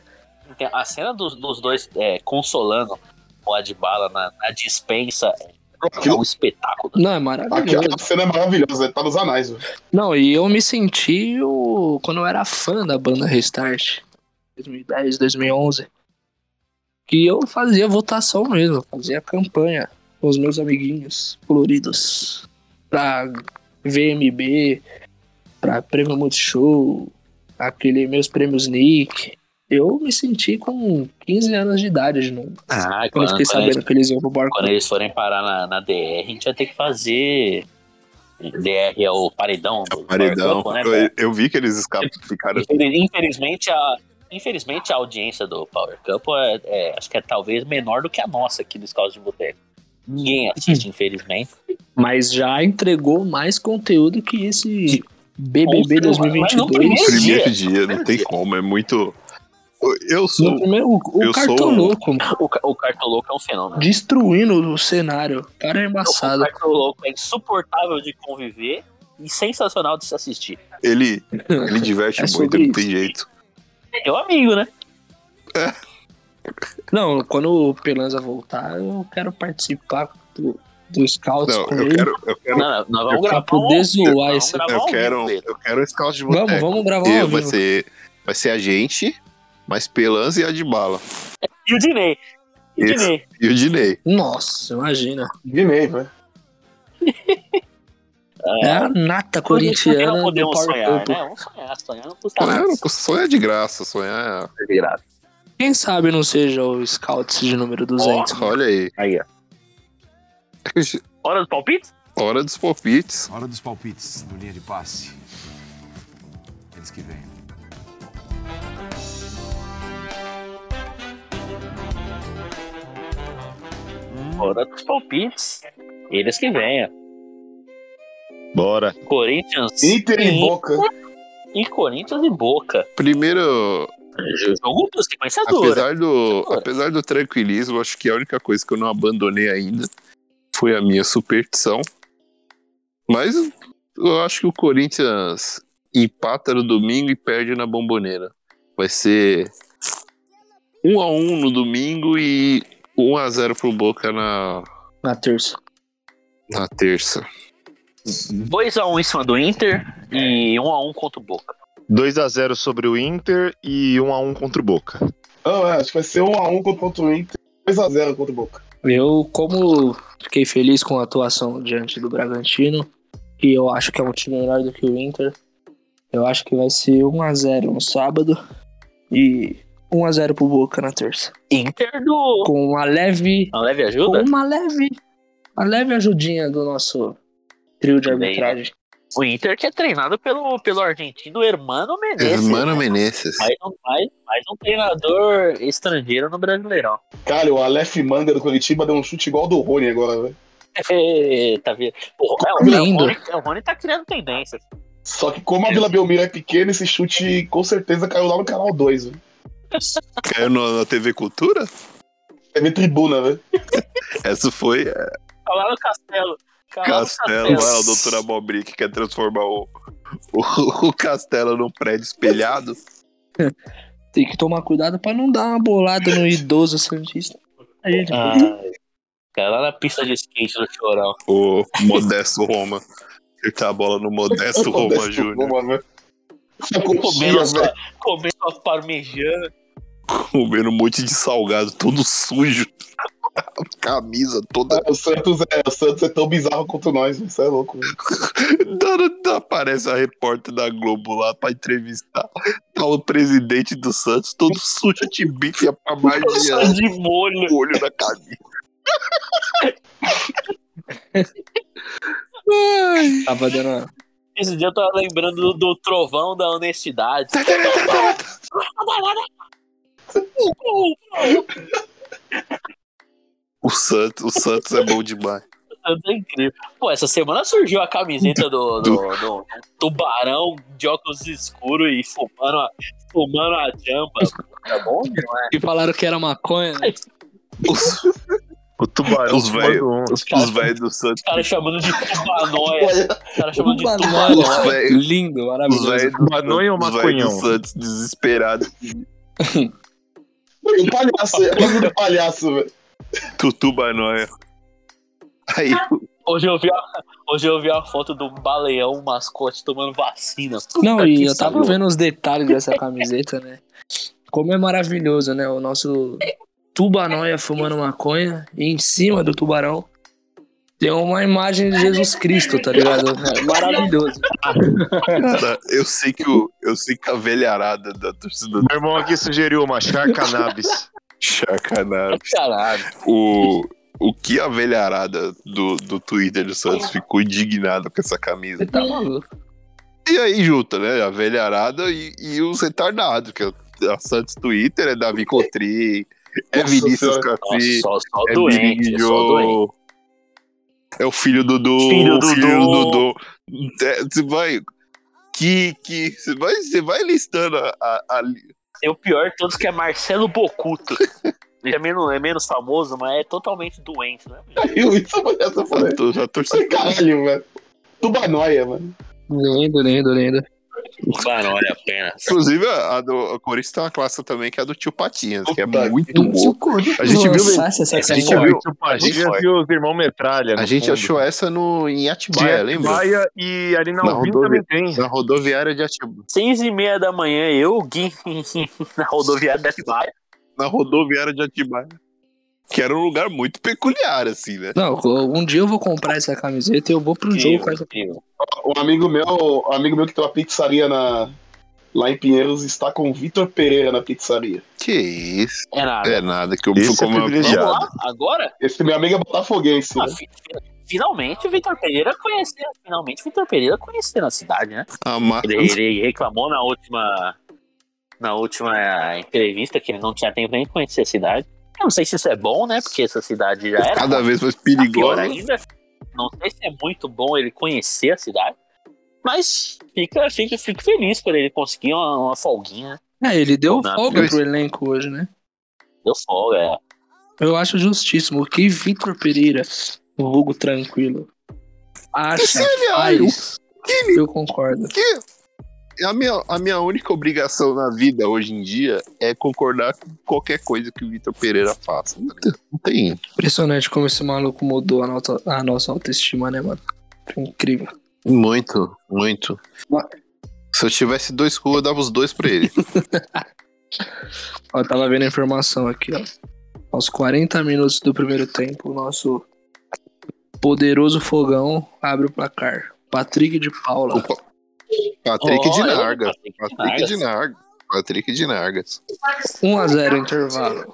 Speaker 5: Tem A cena dos, dos dois é, consolando o Adbala na, na dispensa é um
Speaker 11: Aquilo,
Speaker 5: espetáculo.
Speaker 9: Não, é maravilhoso.
Speaker 11: aquela cena é maravilhosa, tá nos anais. velho.
Speaker 9: Não, e eu me senti o... quando eu era fã da banda Restart, 2010, 2011, que eu fazia votação mesmo, fazia campanha com os meus amiguinhos coloridos pra VMB, pra Prêmio Multishow, aquele meus prêmios Nick. Eu me senti com 15 anos de idade de novo.
Speaker 5: Ah,
Speaker 9: Quando eu fiquei sabendo
Speaker 5: Eles,
Speaker 9: que eles iam pro barco.
Speaker 5: quando eles forem parar na, na DR, a gente vai ter que fazer. DR é o paredão do
Speaker 6: Paredão.
Speaker 5: do Power Couple, né,
Speaker 6: Eu, eu vi que eles escapam,
Speaker 5: cara?
Speaker 6: ficaram.
Speaker 5: Infeliz- Infelizmente, a. Infelizmente, a audiência do Power Campo é, é- acho que é talvez menor do que a nossa aqui dos Caos de Boteco. Ninguém assiste, infelizmente.
Speaker 9: Mas já entregou mais conteúdo que esse BBB
Speaker 5: Mas no
Speaker 9: 2022.
Speaker 5: primeiro
Speaker 6: Primeiro
Speaker 5: Primeiro
Speaker 6: dia, não tem como, é muito. Eu
Speaker 9: No
Speaker 6: sou.
Speaker 9: primeiro, o
Speaker 6: eu sou-
Speaker 9: o Cartoloco
Speaker 5: O, Ca- o Cartoloco é um fenômeno.
Speaker 9: destruindo o cenário. O cara é
Speaker 5: O
Speaker 9: embaçado.
Speaker 5: Cartoloco é insuportável de conviver e sensacional de se assistir.
Speaker 6: Ele, ele diverte
Speaker 9: É
Speaker 6: muito,
Speaker 9: sobre
Speaker 6: não
Speaker 9: isso.
Speaker 6: tem jeito.
Speaker 5: É meu amigo, né?
Speaker 9: Não, quando o Pelanza voltar, eu quero participar do, do Scouts
Speaker 6: Não,
Speaker 9: com
Speaker 6: eu
Speaker 9: ele.
Speaker 6: quero, eu quero,
Speaker 5: Não, não, nós vamos
Speaker 9: Pra
Speaker 5: gravar.
Speaker 9: poder
Speaker 5: um-
Speaker 9: zoar
Speaker 5: nós vamos
Speaker 9: esse-
Speaker 5: gravar
Speaker 6: eu
Speaker 5: um
Speaker 6: quero,
Speaker 5: vídeo.
Speaker 6: eu quero esse caos de
Speaker 9: Vamos,
Speaker 6: boteco.
Speaker 9: vamos gravar
Speaker 6: Eu-
Speaker 9: um
Speaker 6: Vai
Speaker 9: vídeo.
Speaker 6: ser, vai ser a gente, mas Pelanza e a de bala.
Speaker 5: E o Dinei. E o
Speaker 6: Isso.
Speaker 5: Dinei.
Speaker 6: E o Dinei.
Speaker 9: Nossa, imagina.
Speaker 11: Guinei, velho.
Speaker 9: É a nata
Speaker 5: Por que
Speaker 9: corintiana
Speaker 5: não
Speaker 9: do
Speaker 5: podemos
Speaker 9: Power
Speaker 5: sonhar,
Speaker 9: Couple.
Speaker 5: né? Vamos sonhar, sonhar não custa
Speaker 6: Sonhar,
Speaker 5: nada.
Speaker 6: sonhar é de graça, é- sonhar.
Speaker 9: Quem sabe não seja o Scouts de número 200.
Speaker 6: é- Olha aí.
Speaker 5: Aí, ó. Hora do palpite?
Speaker 6: Hora dos palpites.
Speaker 10: Hora dos palpites no linha de passe. Eles que vêm.
Speaker 5: Hora dos palpites. Eles que venham.
Speaker 8: Bora.
Speaker 5: Corinthians
Speaker 11: Inter em
Speaker 5: e,
Speaker 11: boca.
Speaker 5: e Corinthians e Boca.
Speaker 6: Primeiro,
Speaker 5: Jogo por sequência dura.
Speaker 6: apesar do,
Speaker 5: Dura.
Speaker 6: apesar do tranquilismo, acho que a única coisa que eu não abandonei ainda foi a minha superstição. Mas eu acho que o Corinthians empata no domingo e perde na bomboneira. Vai ser 1 a 1 no domingo e 1 a 0 pro Boca na
Speaker 9: na terça.
Speaker 6: na terça.
Speaker 5: 2x1 em cima do Inter e 1x1 contra o Boca.
Speaker 8: 2x0 sobre o Inter e 1x1 contra o Boca.
Speaker 11: Não, é, acho que vai ser 1x1 contra o Inter, 2x0 contra o Boca.
Speaker 9: Eu, como fiquei feliz com a atuação diante do Bragantino, e eu acho que é um time melhor do que o Inter, eu acho que vai ser 1x0 no sábado e 1x0 pro Boca na terça.
Speaker 5: Inter do.
Speaker 9: Com uma leve.
Speaker 5: Uma leve
Speaker 9: Com
Speaker 5: ajuda?
Speaker 9: uma leve. Uma leve ajudinha do nosso trio de
Speaker 5: Também, né?
Speaker 9: arbitragem.
Speaker 5: O Inter que é treinado pelo, pelo argentino Hermano Menezes.
Speaker 6: Mano
Speaker 5: né?
Speaker 6: Menezes.
Speaker 5: Mais um, mais, mais um treinador estrangeiro no Brasileirão.
Speaker 11: Cara, o Aleph Manga do Curitiba deu um chute igual ao do Rony agora, velho.
Speaker 5: Eita, vida. Porra, é, o-
Speaker 9: Lindo.
Speaker 5: O Rony, o Rony tá criando tendências.
Speaker 11: Só que como a Vila Belmiro é pequena, esse chute com certeza caiu lá no canal 2, velho.
Speaker 6: Caiu no- na TV Cultura?
Speaker 11: TV É Tribuna, né? velho.
Speaker 6: Essa foi a
Speaker 5: Calaram o Tá Castelo. Tá Calaram
Speaker 6: Castelo, lá, o doutor Abobrinha que quer transformar o, o, o Castelo num prédio espelhado.
Speaker 9: Tem que tomar cuidado pra não dar uma bolada no idoso santista. Aí ele-
Speaker 5: Ai, cara, Tá lá na pista de skate do Chorão.
Speaker 6: O Modesto Roma. Acertar a bola no Modesto Roma
Speaker 11: Modesto
Speaker 6: Júnior.
Speaker 11: Roma, né? velho. Essa
Speaker 5: Comendo
Speaker 11: coxinha,
Speaker 5: a sua,
Speaker 11: velho.
Speaker 5: comendo a sua parmejana.
Speaker 6: Comendo um monte de salgado, todo sujo. Camisa toda.
Speaker 11: O Santos, é, o Santos é tão bizarro quanto nós, velho. Isso é louco, velho.
Speaker 6: Tá- Aparece a repórter da Globo lá pra entrevistar. Tá o presidente do Santos, todo sujo de bife e a parmegiana,
Speaker 5: De molho.
Speaker 6: com o olho na camisa.
Speaker 9: Tava dando uma-
Speaker 5: Esse dia eu tava lembrando do, do trovão da honestidade.
Speaker 6: O Santos, o Santos é bom demais.
Speaker 5: É incrível. Pô, essa semana surgiu a camiseta do, do, do tubarão de óculos escuros e fumando a, fumando a jamba. Tá bom?
Speaker 9: E falaram que era maconha. né?
Speaker 6: Os,
Speaker 8: O Tubarão um
Speaker 6: os velhos os, os velhos do Santos.
Speaker 5: Os caras chamando de tubanoia. Os caras chamando de
Speaker 9: Tubarão.
Speaker 5: tubanoia.
Speaker 6: velho.
Speaker 9: Lindo,
Speaker 6: Os
Speaker 9: maravilhoso.
Speaker 6: velhos do,
Speaker 8: Banonha ou
Speaker 6: os velhos
Speaker 8: maconhão?
Speaker 6: do Santos desesperados.
Speaker 11: E o palhaço, é a coisa do palhaço, velho.
Speaker 6: Tutu Banonha. Aí
Speaker 5: Hoje eu, vi a, hoje eu vi a foto do baleão mascote tomando vacina. Puta
Speaker 9: Não,
Speaker 5: que
Speaker 9: e eu tava
Speaker 5: pariu.
Speaker 9: vendo os detalhes dessa camiseta, né? Como é maravilhoso, né? O nosso tubanóia fumando maconha e em cima do tubarão tem uma imagem de Jesus Cristo, tá ligado? É maravilhoso.
Speaker 6: Cara, eu sei que o, eu sei que a velharada da torcida do
Speaker 8: Meu irmão aqui sugeriu uma char cannabis.
Speaker 6: Chacanaro.
Speaker 5: Caralho.
Speaker 6: né, O, o que a velharada do, do Twitter do Santos ficou indignada com essa camisa.
Speaker 9: Você tá maluco.
Speaker 6: E aí junta, né? A velharada e, e os retardados, que é a Santos Twitter é Davi Cotrim, é
Speaker 11: Nossa
Speaker 6: Vinícius
Speaker 11: Senhora.
Speaker 5: Nossa,
Speaker 6: Café,
Speaker 5: só, só
Speaker 6: é
Speaker 5: doente, só doente.
Speaker 6: Birinho, é o filho do Dudu,
Speaker 5: Filho
Speaker 6: o
Speaker 5: do
Speaker 6: filho do
Speaker 5: Dudu.
Speaker 6: Dudu. É, Você vai... Kiki, você vai, você vai listando a, a, a li-
Speaker 5: E o pior de todos que é Marcelo Bocuto. Ele é menos, é menos famoso, mas é totalmente doente, né?
Speaker 11: Eu isso é palhaço,
Speaker 6: a,
Speaker 11: velho.
Speaker 6: tor- a torcida.
Speaker 11: Ai, Caralho, velho. Tubanóia, mano.
Speaker 9: Lindo, lindo, lindo.
Speaker 5: Barulho apenas.
Speaker 6: Inclusive, a, a do a Corinthians tem uma classe também que é a do tio Patinhas, que é
Speaker 11: Puta
Speaker 6: muito boa. A gente viu,
Speaker 9: Nossa, essa
Speaker 6: a gente
Speaker 9: camisa.
Speaker 6: viu,
Speaker 8: A gente já viu os irmãos metralha.
Speaker 6: a gente achou essa no, em Atibaia, lembra?
Speaker 8: Maia e ali na
Speaker 6: Na
Speaker 8: Alvim
Speaker 6: rodovia.
Speaker 8: também tem.
Speaker 6: Na rodoviária de Atibaia.
Speaker 5: Seis e meia da manhã, eu, Gui, na rodoviária da Atibaia.
Speaker 6: Na rodoviária de Atibaia. Que era um lugar muito peculiar, assim, né?
Speaker 9: Não, um dia eu vou comprar essa camiseta e eu vou pro jogo com essa.
Speaker 11: Um amigo meu, um amigo meu que tem uma pizzaria na, lá em Pinheiros está com o Vitor Pereira na pizzaria.
Speaker 6: Que isso.
Speaker 5: É nada.
Speaker 6: É nada que eu
Speaker 8: Esse
Speaker 6: vou
Speaker 8: é
Speaker 6: comer.
Speaker 5: Vamos
Speaker 8: privilegiado.
Speaker 5: lá, agora?
Speaker 11: Esse meu amigo é botafoguense,
Speaker 5: Ah,
Speaker 11: né?
Speaker 5: fi- fi- finalmente o Vitor Pereira conheceu. Finalmente o Vitor Pereira conheceu na cidade, né?
Speaker 6: a marca
Speaker 5: Ele, ele reclamou na última. Na última entrevista que ele não tinha tempo nem de conhecer a cidade. Eu não sei se isso é bom, né? Porque essa cidade já era.
Speaker 6: cada vez mais
Speaker 5: Tá pior
Speaker 6: perigosa.
Speaker 5: ainda. Não sei se é muito bom ele conhecer a cidade, mas fica, fica, fico feliz por ele conseguir uma, uma folguinha. né?
Speaker 9: É, ele deu
Speaker 5: Não,
Speaker 9: folga
Speaker 6: eu-
Speaker 9: pro elenco hoje, né?
Speaker 5: Deu folga. é.
Speaker 9: Eu acho justíssimo que Vitor Pereira Vulgo tranquilo. Acha
Speaker 6: Isso é
Speaker 9: faz. Eu concordo.
Speaker 6: Que é a minha, a minha única obrigação na vida hoje em dia é concordar com qualquer coisa que o Vitor Pereira faça. Não tem- não tem.
Speaker 9: Impressionante como esse maluco mudou a nossa, a nossa autoestima, né, mano? Incrível.
Speaker 6: Muito, muito. Se eu tivesse dois cu, eu dava os dois pra ele.
Speaker 9: Ó, eu tava vendo a informação aqui, ó. Aos 40 minutos do primeiro tempo, o nosso poderoso fogão abre o placar. Patrick de Paula.
Speaker 6: Patrick
Speaker 9: Ó,
Speaker 6: de
Speaker 9: é,
Speaker 6: Narga.
Speaker 9: Patrick de
Speaker 6: Patrick de Narga. Patrick de Nargas.
Speaker 9: 1x0 intervalo.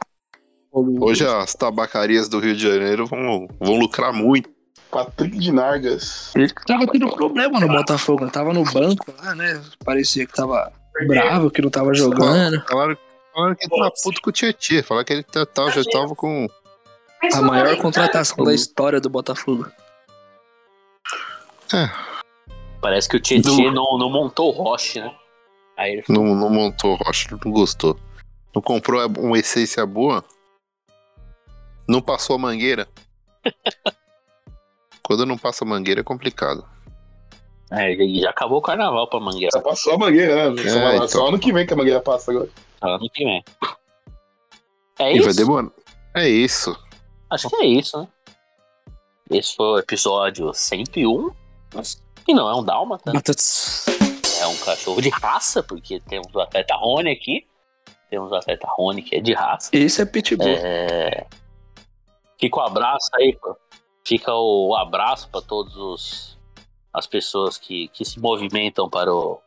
Speaker 6: Hoje as tabacarias do Rio de Janeiro vão, vão lucrar muito.
Speaker 11: Patrick de Nargas.
Speaker 9: Ele que tava tendo problema no Botafogo, tava no banco lá, né? Parecia que tava bravo, que não tava jogando.
Speaker 6: Falaram, falaram que ele tá puto com o Tietchan. Falaram que ele tá- tá- já tava com.
Speaker 9: A
Speaker 6: é
Speaker 9: maior contratação da história do Botafogo.
Speaker 5: Parece que o Tietchan
Speaker 6: Do-
Speaker 5: não, não montou o Roche, né? Aí ele
Speaker 6: Não, não montou rocha, não gostou. Não comprou uma essência boa. Não passou a mangueira. Quando não passa a mangueira é complicado.
Speaker 5: É, ele já acabou o carnaval pra Mangueira.
Speaker 11: Já passou a mangueira, né? Só,
Speaker 6: É, então.
Speaker 11: só ano que vem que a mangueira passa agora.
Speaker 5: Ano que vem. É
Speaker 6: e vai
Speaker 5: isso?
Speaker 6: demorar. É isso.
Speaker 5: Acho que é isso, né? Esse foi o episódio 101. E não é um dálmata. né? É um cachorro de raça, porque temos o atleta Rony aqui. Temos o atleta Rony, que é de raça.
Speaker 9: Esse é pitbull.
Speaker 5: É... Fica o abraço aí, pô. Fica o abraço para todos os as pessoas que, que se movimentam para o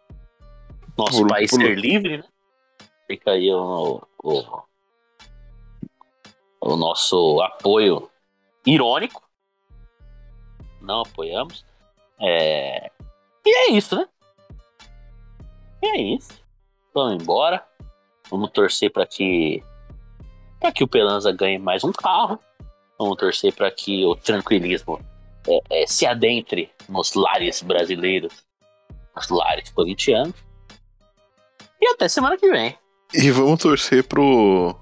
Speaker 5: nosso
Speaker 6: Por-
Speaker 5: país
Speaker 6: por-
Speaker 5: ser livre, né? Fica aí o, o, o nosso apoio irônico. Não apoiamos. É... E é isso, né? E é isso. Vamos embora. Vamos torcer para que para que o Pelanza ganhe mais um carro. Vamos torcer para que o tranquilismo é, é, se adentre nos lares brasileiros, nos lares corintianos. E até semana que vem.
Speaker 6: E vamos torcer pro.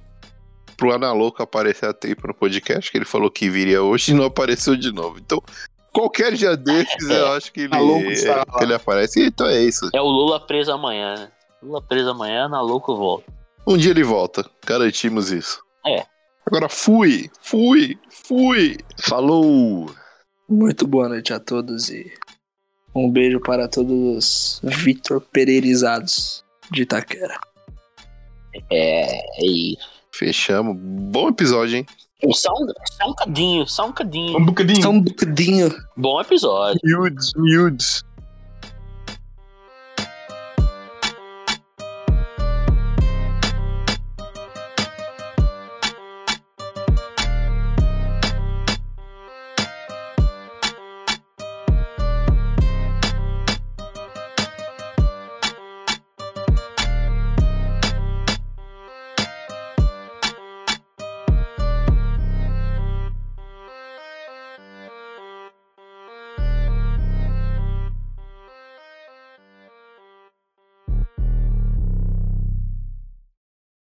Speaker 6: Pro Analoco aparecer a tempo no podcast, que ele falou que viria hoje e não apareceu de novo. Então, qualquer dia desses, eu acho que ele,
Speaker 11: Analoco estará lá.
Speaker 6: ele aparece. Então é isso.
Speaker 5: É o Lula preso amanhã, né? Lula preso amanhã, na louco volta.
Speaker 6: Um dia ele volta. Garantimos isso.
Speaker 5: É.
Speaker 6: Agora fui, fui, fui.
Speaker 8: Falou!
Speaker 9: Muito boa noite a todos e um beijo para todos os Vitor Pereirizados de Itaquera.
Speaker 5: É, é isso.
Speaker 6: Fechamos. Bom episódio, hein?
Speaker 5: Só um, só um cadinho, só um cadinho.
Speaker 11: Um bocadinho.
Speaker 9: Só um bocadinho.
Speaker 5: Bom episódio.
Speaker 6: Miúdos, miúdos.